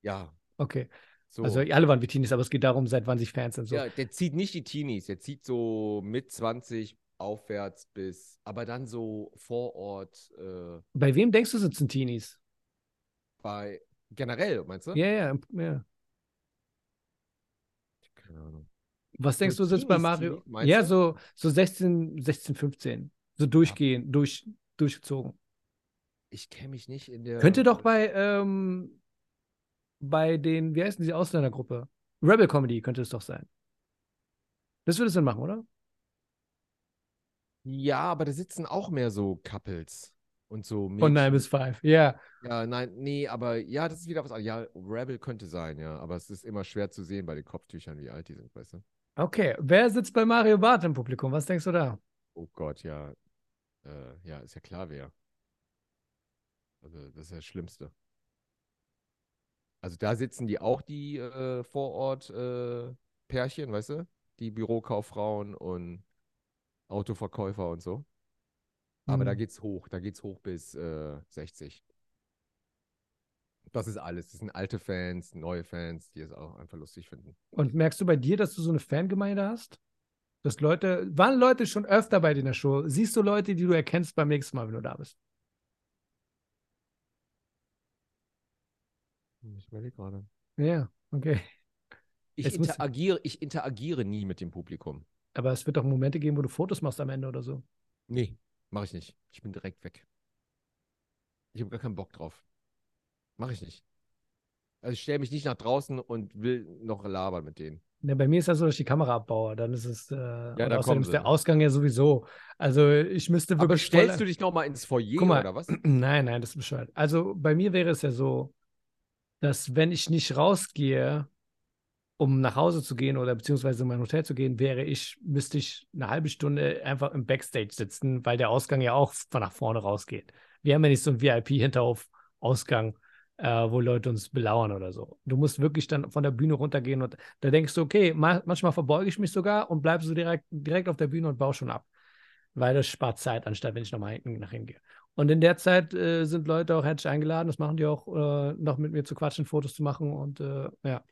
S1: Ja,
S2: Okay.
S1: so.
S2: Also alle waren wie Teenies, aber es geht darum, seit wann sich Fans sind. So.
S1: Ja, der zieht nicht die Teenies, der zieht so mit 20 aufwärts bis, aber dann so vor Ort äh,
S2: Bei wem denkst du, sitzen Teenies?
S1: bei, generell, meinst du?
S2: Ja, ja, im- ja.
S1: Keine Ahnung.
S2: Was denkst du,
S1: Nur
S2: sitzt bei
S1: Teenies,
S2: Mario?
S1: Teenies, meinst
S2: ja,
S1: du?
S2: so, so 16, 16, 15. So durchgehend, durch, durchgezogen.
S1: Ich kenne mich nicht in der.
S2: Könnte doch bei, ähm, bei den, wie heißen die Ausländergruppe? Rebel Comedy könnte es doch sein. Das würde es dann machen, oder?
S1: Ja, aber da sitzen auch mehr so Couples und so
S2: Von
S1: Mädchen.
S2: 9 bis 5. Ja.
S1: Ja, nein, nee, aber ja, das ist wieder was anderes. Ja, Rebel könnte sein, ja, aber es ist immer schwer zu sehen bei den Kopftüchern, wie alt die sind, weißt du?
S2: Okay. Wer sitzt bei Mario Barth im Publikum? Was denkst du da?
S1: Oh Gott, ja. Äh, ja, ist ja klar, wer. Also, das ist ja das Schlimmste. Also, da sitzen die auch, die äh, Vorort-Pärchen, weißt du? Die Bürokauffrauen und Autoverkäufer und so. Aber da
S2: Hm.
S1: geht's hoch, da geht's hoch bis äh, 60. Das ist alles. Das sind alte Fans, neue Fans, die es auch einfach lustig finden.
S2: Und merkst du bei dir, dass du so eine Fangemeinde hast? Dass Leute, waren Leute schon öfter bei dir in der Show? Siehst du Leute, die du erkennst beim nächsten Mal, wenn du da bist?
S1: Ich überlege gerade.
S2: Ja, okay.
S1: Ich
S2: Es muss-
S1: interagiere, ich interagiere nie mit dem Publikum.
S2: Aber es wird doch Momente geben, wo du Fotos machst am Ende oder so.
S1: Nee, mache ich nicht. Ich bin direkt weg. Ich habe gar keinen Bock drauf. Mache ich nicht. Also ich stelle mich nicht nach draußen und will noch labern mit denen.
S2: Ne, bei mir ist das so, dass ich die Kamera abbaue. Dann ist es. Äh, ja,
S1: da
S2: außerdem
S1: kommen
S2: ist
S1: sie.
S2: der Ausgang ja sowieso. Also ich müsste
S1: Aber
S2: wirklich.
S1: stellst du dich nochmal ins Foyer
S2: Guck mal.
S1: oder was?
S2: Nein, nein, das ist bescheuert. Also bei mir wäre es ja so, dass wenn ich nicht rausgehe, um nach Hause zu gehen oder beziehungsweise in mein Hotel zu gehen, wäre ich, müsste ich eine halbe Stunde einfach im Backstage sitzen, weil der Ausgang ja auch von nach vorne rausgeht. Wir haben ja nicht so einen VIP-Hinterhof-Ausgang, äh, wo Leute uns belauern oder so. Du musst wirklich dann von der Bühne runtergehen und da denkst du, okay, ma manchmal verbeuge ich mich sogar und bleibst so direkt, direkt auf der Bühne und baue schon ab. Weil das spart Zeit, anstatt wenn ich nochmal hinten nach hinten gehe. Und in der Zeit äh, sind Leute auch herzlich eingeladen, das machen die auch, äh, noch mit mir zu quatschen, Fotos zu machen und äh,
S1: Ah,
S2: ja.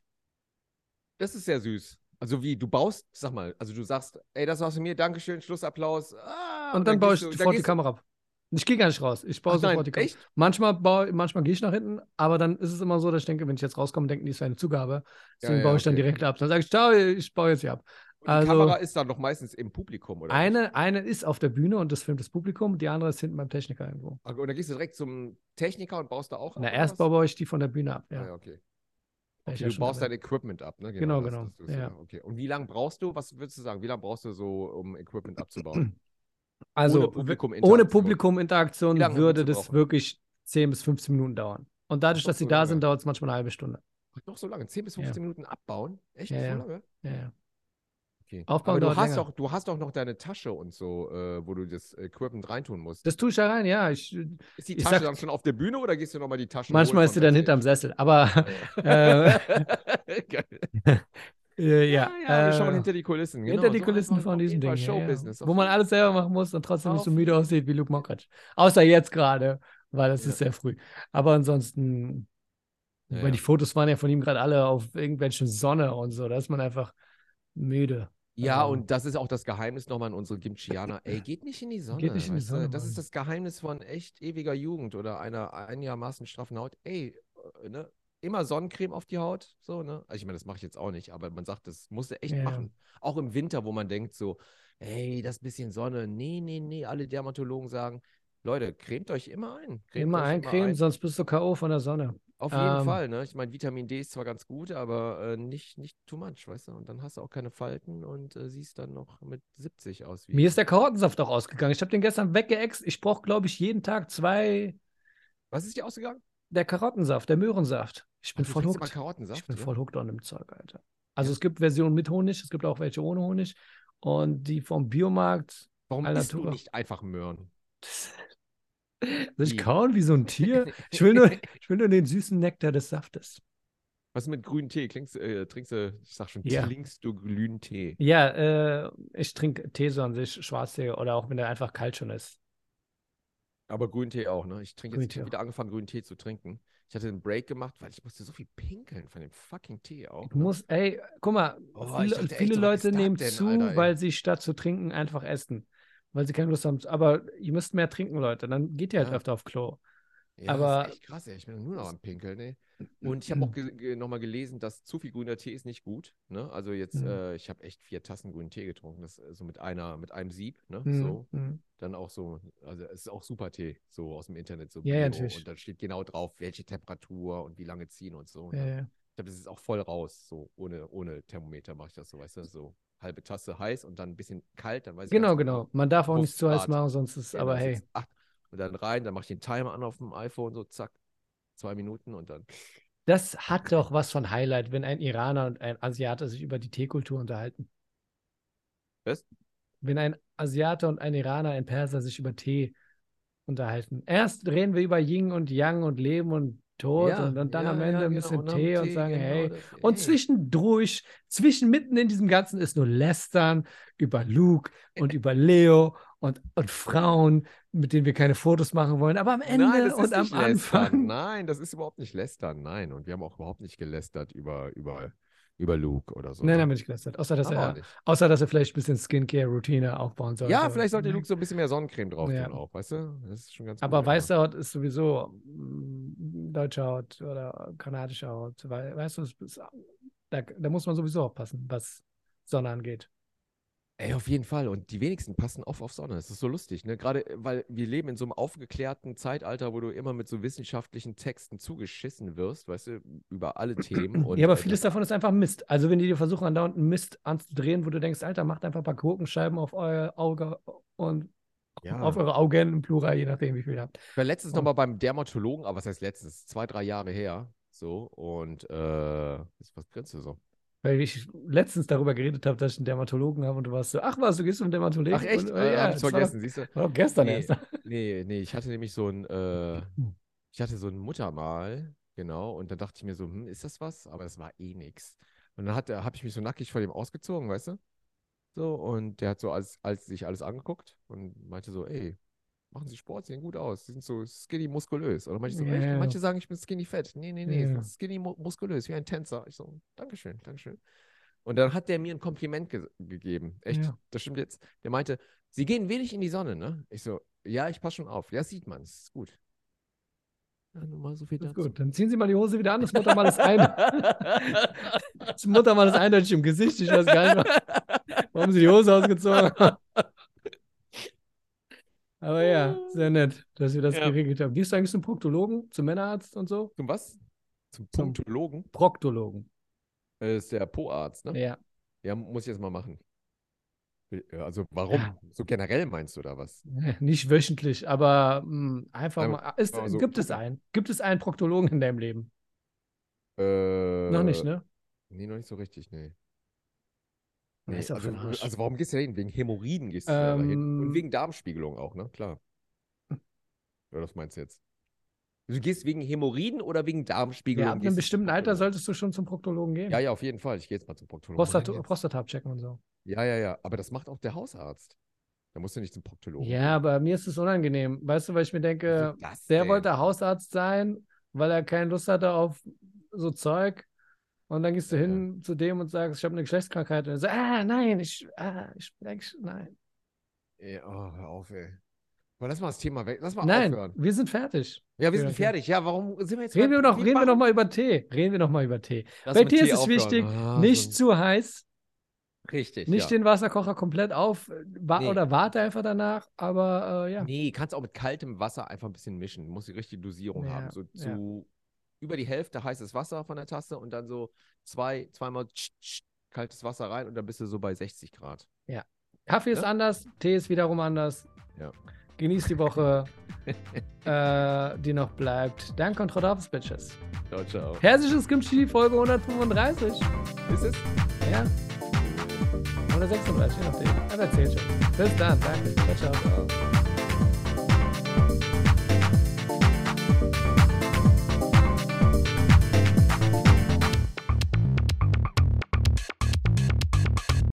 S1: Das ist sehr süß. Also wie, du baust, sag mal, also du sagst, ey, das war's von mir, Dankeschön, Schlussapplaus. Ah,
S2: Und, dann, baue ich
S1: gehst du-
S2: sofort die
S1: gehst du-
S2: Kamera ab. Ich gehe gar nicht raus. Ich baue
S1: Ach
S2: sofort
S1: nein,
S2: die Kamera.
S1: echt?
S2: Manchmal, baue- manchmal gehe ich nach hinten, aber dann ist es immer so, dass ich denke, wenn ich jetzt rauskomme, denken die, es wäre eine Zugabe. Deswegen
S1: ja,
S2: baue ich dann
S1: okay.
S2: direkt ab. Dann sage ich, ciao, ich baue jetzt hier ab.
S1: Und die
S2: Also-
S1: Kamera ist dann doch meistens im Publikum, oder? nicht?
S2: Eine, eine ist auf der Bühne und das filmt das Publikum, die andere ist hinten beim Techniker irgendwo.
S1: Ach, Ah, Und dann gehst du direkt zum Techniker und baust da auch ab,
S2: Na,
S1: oder
S2: erst
S1: was?
S2: baue ich die von der Bühne ab. Ja,
S1: Ah, ja, okay.
S2: War ich
S1: Okay,
S2: ja
S1: du
S2: schon
S1: baust
S2: dabei.
S1: dein Equipment ab, ne?
S2: Genau,
S1: das-
S2: genau,
S1: das- das-
S2: ja.
S1: Okay. Und wie lange brauchst du, was würdest du sagen, wie lange brauchst du so, um Equipment abzubauen?
S2: Also,
S1: Ohne
S2: we-
S1: Publikuminteraktion.
S2: ohne Publikuminteraktion
S1: Wie lange
S2: würde
S1: würdest du
S2: das
S1: brauchen?
S2: wirklich 10 bis 15 Minuten dauern. Und dadurch,
S1: Ach,
S2: dass
S1: doch,
S2: sie
S1: so
S2: da
S1: lange.
S2: sind, dauert es manchmal eine halbe Stunde.
S1: Ach, Noch so lange, 10 bis
S2: Ja.
S1: 15 Minuten abbauen? Echt,
S2: Ja,
S1: so
S2: ja.
S1: lange?
S2: Ja, ja.
S1: Okay.
S2: Aufbauen
S1: Aber du
S2: dauert
S1: hast,
S2: länger.
S1: doch, du hast doch noch deine Tasche und so, äh, wo du das Equipment reintun musst.
S2: Das tue ich da rein, ja. Ich,
S1: Ist die
S2: ich
S1: Tasche
S2: sag-
S1: dann schon auf der Bühne oder gehst du nochmal die Taschen
S2: manchmal
S1: holen
S2: ist sie
S1: von
S2: dann hinterm
S1: Backstage?
S2: Sessel. Aber äh,
S1: Geil.
S2: äh, ja.
S1: ja, ja, wir schauen
S2: äh,
S1: hinter die Kulissen.
S2: hinter
S1: genau,
S2: die
S1: so
S2: Kulissen
S1: einfach
S2: von
S1: auf
S2: diesem
S1: jeden
S2: Ding.
S1: Fall
S2: hier,
S1: Showbusiness,
S2: ja.
S1: auf
S2: Wo man
S1: jeden
S2: alles selber machen muss und trotzdem nicht so
S1: Auf
S2: müde
S1: jeden
S2: aussieht wie Luke Mockridge. Außer jetzt gerade, weil es
S1: Ja.
S2: ist sehr früh. Aber ansonsten,
S1: Ja,
S2: weil
S1: ja.
S2: die Fotos waren ja von ihm gerade alle auf irgendwelche Sonne und so. Da ist man einfach müde.
S1: Ja,
S2: Ähm.
S1: und das ist auch das Geheimnis nochmal an unsere Gimchianer. Ey, geht nicht in die Sonne.
S2: nicht in die
S1: weißt du?
S2: Sonne,
S1: Das
S2: Mann.
S1: ist das Geheimnis von echt ewiger Jugend oder einer einigermaßen straffen Haut. Ey, äh, ne? Immer Sonnencreme auf die Haut. So, ne? Also ich meine, das mache ich jetzt auch nicht, aber man sagt, das musst du echt
S2: Ja.
S1: machen. Auch im Winter, wo man denkt so, ey, das bisschen Sonne. Nee, nee, nee. Alle Dermatologen sagen, Leute, cremt euch immer ein. Cremt
S2: Immer
S1: euch
S2: eincremen, sonst bist du K.O. von der Sonne.
S1: Auf jeden
S2: Ähm,
S1: Fall, ne? Ich meine, Vitamin D ist zwar ganz gut, aber äh, nicht, nicht too much, weißt du? Und dann hast du auch keine Falten und äh, siehst dann noch mit 70 aus wie.
S2: Mir ist der Karottensaft auch ausgegangen. Ich habe den gestern weggeext. Ich brauche, glaube ich, jeden Tag zwei.
S1: Was ist dir ausgegangen?
S2: Der Karottensaft, der Möhrensaft. Ich bin
S1: Ach, du
S2: voll
S1: trinkst immer
S2: hooked. Ich
S1: Karottensaft.
S2: bin
S1: ja?
S2: voll hooked an dem Zeug, Alter. Also es gibt Versionen mit Honig, es gibt auch welche ohne Honig. Und die vom Biomarkt,
S1: Warum
S2: Al
S1: isst du
S2: Natura.
S1: nicht einfach Möhren?
S2: das soll ich
S1: Wie?
S2: kauen wie so ein Tier? Ich will nur, ich will nur den süßen Nektar des Saftes.
S1: Was mit grünem Tee? Klingst, äh, trinkst du, ich sag schon,
S2: Ja.
S1: trinkst du grünen Tee?
S2: Ja, äh, ich trinke Tee so an sich, Schwarztee oder auch wenn der einfach kalt schon ist.
S1: Aber grünen Tee auch, ne? Ich trinke
S2: Grünen
S1: jetzt, ich
S2: Tee auch.
S1: habe wieder angefangen, grünen Tee zu trinken. Ich hatte einen Break gemacht, weil ich musste so viel pinkeln von dem fucking Tee auch.
S2: Ich
S1: ne?
S2: muss, ey, guck mal,
S1: Oh, ich
S2: viele,
S1: dachte echt
S2: viele
S1: so, was ist
S2: Leute
S1: das
S2: nehmen
S1: denn,
S2: zu,
S1: Alter, ey?
S2: weil sie statt zu trinken einfach essen. Weil sie keine Lust haben. Aber ihr müsst mehr trinken, Leute. Dann geht ihr halt
S1: Ja.
S2: öfter auf Klo.
S1: Ja,
S2: Aber-
S1: ist echt krass, ey. Ich bin nur noch am Pinkeln, ey. Und ich habe
S2: Mhm.
S1: auch ge ge nochmal gelesen, dass zu viel grüner Tee ist nicht gut. Ne? Also jetzt,
S2: Mhm.
S1: äh, ich habe echt vier Tassen grünen Tee getrunken. Das äh, so mit einer, mit einem Sieb, ne?
S2: Mhm,
S1: So.
S2: mhm.
S1: Dann auch so, also es ist auch super Tee, so aus dem Internet, so
S2: Ja, ja, natürlich.
S1: Und dann steht genau drauf, welche Temperatur und wie lange ziehen und so.
S2: Ja,
S1: Ne?
S2: ja.
S1: Ich glaube, das ist auch voll raus. So ohne, ohne Thermometer mache ich das so, weißt du? So halbe Tasse heiß und dann ein bisschen kalt, dann weiß ich
S2: Genau,
S1: ganz
S2: genau. Man darf auch nicht zu heiß
S1: Luftfahrt.
S2: machen, sonst ist,
S1: Genau,
S2: aber hey,
S1: sechs, acht. Und dann rein, dann mache ich den Timer an auf dem iPhone, so zack, zwei Minuten und dann.
S2: das hat doch was von Highlight, wenn ein Iraner und ein Asiate sich über die Teekultur unterhalten.
S1: Was?
S2: Wenn ein Asiate und ein Iraner, ein Perser sich über Tee unterhalten. Erst reden wir über Yin und Yang und Leben und Tod und, und dann
S1: ja,
S2: am
S1: ja,
S2: Ende ein
S1: genau,
S2: bisschen
S1: nach dem
S2: Tee und sagen,
S1: genau
S2: hey,
S1: das,
S2: Und
S1: ey.
S2: zwischendurch, zwischen mitten in diesem Ganzen ist nur Lästern über Luke
S1: Äh.
S2: und über Leo und, und Frauen, mit denen wir keine Fotos machen wollen. Aber am Ende
S1: Nein, das ist
S2: und am
S1: nicht lästern. ne?
S2: Anfang.
S1: Nein, das ist überhaupt nicht lästern. Nein, und wir haben auch überhaupt nicht gelästert über, über, über Luke oder so.
S2: Nein,
S1: ne?
S2: nein, bin ich gelästert. äh, Außer dass,
S1: Haben wir auch
S2: er,
S1: nicht.
S2: außer, dass er vielleicht ein bisschen Skincare-Routine aufbauen sollte.
S1: Ja, vielleicht sollte Luke so ein bisschen mehr Sonnencreme drauf
S2: Ja.
S1: tun auch, weißt du? Das ist schon ganz
S2: Aber
S1: gut,
S2: weiße Haut ist sowieso mm, deutsche Haut oder kanadische Haut. Weil, weißt du, es ist, da, da muss man sowieso aufpassen, was Sonne angeht.
S1: Ey, auf jeden Fall. Und die wenigsten passen auf auf Sonne. Das ist so lustig, ne? Gerade, weil wir leben in so einem aufgeklärten Zeitalter, wo du immer mit so wissenschaftlichen Texten zugeschissen wirst, weißt du, über alle Themen. Und,
S2: ja, aber
S1: äh,
S2: vieles davon ist einfach Mist. Also, wenn die dir versuchen, andauernd einen Mist anzudrehen, wo du denkst, Alter, macht einfach ein paar Gurkenscheiben auf euer Auge und
S1: Ja.
S2: auf eure Augen im Plural, je nachdem, wie viel ihr habt.
S1: Ich war letztens
S2: Und-
S1: nochmal beim Dermatologen, aber was heißt letztens? Zwei, drei Jahre her. So, und äh, jetzt, was grinst du so?
S2: Weil ich letztens darüber geredet habe, dass ich einen Dermatologen habe und du warst so, ach was, du gehst zum Dermatologen?
S1: Ach echt?
S2: Und,
S1: Äh,
S2: ja,
S1: hab ich's
S2: das war
S1: vergessen, siehst du?
S2: doch- War doch gestern
S1: Nee.
S2: erst.
S1: Nee, nee, ich hatte nämlich so ein, äh, ich hatte so ein Muttermal, genau, und dann dachte ich mir so, hm, ist das was? Aber das war eh nix. Und dann hat, habe ich mich so nackig vor dem ausgezogen, weißt du? So, und der hat so als, als sich alles angeguckt und meinte so, ey, machen Sie Sport, sehen gut aus, Sie sind so skinny muskulös. Oder manche so, echt?
S2: Ja.
S1: manche sagen, ich bin skinny fett. Nee, nee, nee,
S2: Ja.
S1: skinny mu muskulös, wie ein Tänzer. Ich so, Dankeschön, Dankeschön. Und dann hat der mir ein Kompliment ge gegeben. Echt,
S2: Ja.
S1: das stimmt jetzt. Der meinte, Sie gehen wenig in die Sonne, ne? Ich so, ja, ich passe schon auf. Ja, sieht man, ist gut. Ja, nur mal so viel
S2: Ist
S1: dazu.
S2: gut, dann ziehen Sie mal die Hose wieder an, das Muttermal ist, ein, das Muttermal ist eindeutig im Gesicht, ich weiß gar nicht, warum Sie die Hose ausgezogen haben. Aber ja, sehr nett, dass wir das
S1: Ja.
S2: geregelt haben. Gehst du eigentlich zum Proktologen, zum Männerarzt und so?
S1: Zum was? Zum
S2: Zum-
S1: Proktologen?
S2: Proktologen,
S1: Äh, Ist der Po-Arzt, ne?
S2: ja.
S1: Ja, muss ich jetzt mal machen. Will- äh, Also warum?
S2: Ja.
S1: So generell meinst du da was?
S2: Nicht wöchentlich, aber mh, einfach
S1: Aber-
S2: mal. ah, Ist,
S1: aber so
S2: gibt es
S1: gucken.
S2: einen? Gibt es einen Proktologen in deinem Leben?
S1: Äh,
S2: Noch nicht, ne?
S1: Nee, noch nicht so richtig, nee.
S2: Na,
S1: Nee,
S2: ist doch
S1: also,
S2: für den Arsch.
S1: also warum gehst du da hin? Wegen Hämorrhoiden gehst du da hin. Und
S2: Ähm.
S1: wegen Darmspiegelung auch, ne? Klar. Ja, das meinst du jetzt. Du gehst wegen Hämorrhoiden oder wegen Darmspiegelung?
S2: ja, ab einem
S1: gehst du zum
S2: bestimmten Alter
S1: Proktologen?
S2: solltest du schon zum Proktologen gehen.
S1: Ja, ja, auf jeden Fall. Ich gehe jetzt mal zum Proktologen.
S2: Prostata,
S1: Nein, jetzt-
S2: Prostata abchecken und so.
S1: Ja, ja, ja. Aber das macht auch der Hausarzt. Da musst du nicht zum Proktologen. Also
S2: Ja, aber mir ist es unangenehm. Weißt du, weil ich mir denke, der wollte Hausarzt sein, weil er keine Lust hatte auf so Zeug. Und dann gehst du
S1: Ja,
S2: hin zu dem und sagst, ich habe eine Geschlechtskrankheit. Und er sagt, ah, nein, ich, ah, ich bin eigentlich, nein.
S1: Ey, oh, hör auf, ey. Aber lass mal das Thema weg. Lass mal
S2: Nein,
S1: aufhören.
S2: wir sind fertig.
S1: Ja, wir sind
S2: Okay.
S1: fertig. Ja, warum sind wir jetzt
S2: Reden
S1: bei-
S2: wir noch, reden wir
S1: machen-
S2: noch mal über Tee. Reden wir noch mal über Tee.
S1: Lass
S2: Bei
S1: mit
S2: Tee ist
S1: Tee
S2: es
S1: aufhören.
S2: wichtig,
S1: Ah,
S2: Nicht
S1: so,
S2: zu heiß,
S1: richtig,
S2: nicht
S1: ja.
S2: den Wasserkocher komplett auf äh, wa
S1: Nee.
S2: oder warte einfach danach, aber äh, ja.
S1: Nee, kannst auch mit kaltem Wasser einfach ein bisschen mischen. Du musst die richtige Dosierung
S2: Ja,
S1: haben. So
S2: ja.
S1: zu über die Hälfte heißes Wasser von der Tasse und dann so zwei, zweimal tsch, tsch, kaltes Wasser rein und dann bist du so bei 60 Grad.
S2: Kaffee ist
S1: Ne?
S2: anders, Tee ist wiederum anders.
S1: Ja.
S2: Genießt die Woche, äh, die noch bleibt. Danke und Rodolphs Bitches.
S1: Ciao, ciao.
S2: Herzliches Kimchi, Folge 135.
S1: Ist es?
S2: Ja. Oder 36, je nachdem. Aber erzählt schon. Bis dann, danke. Ciao, ciao.
S1: Ja.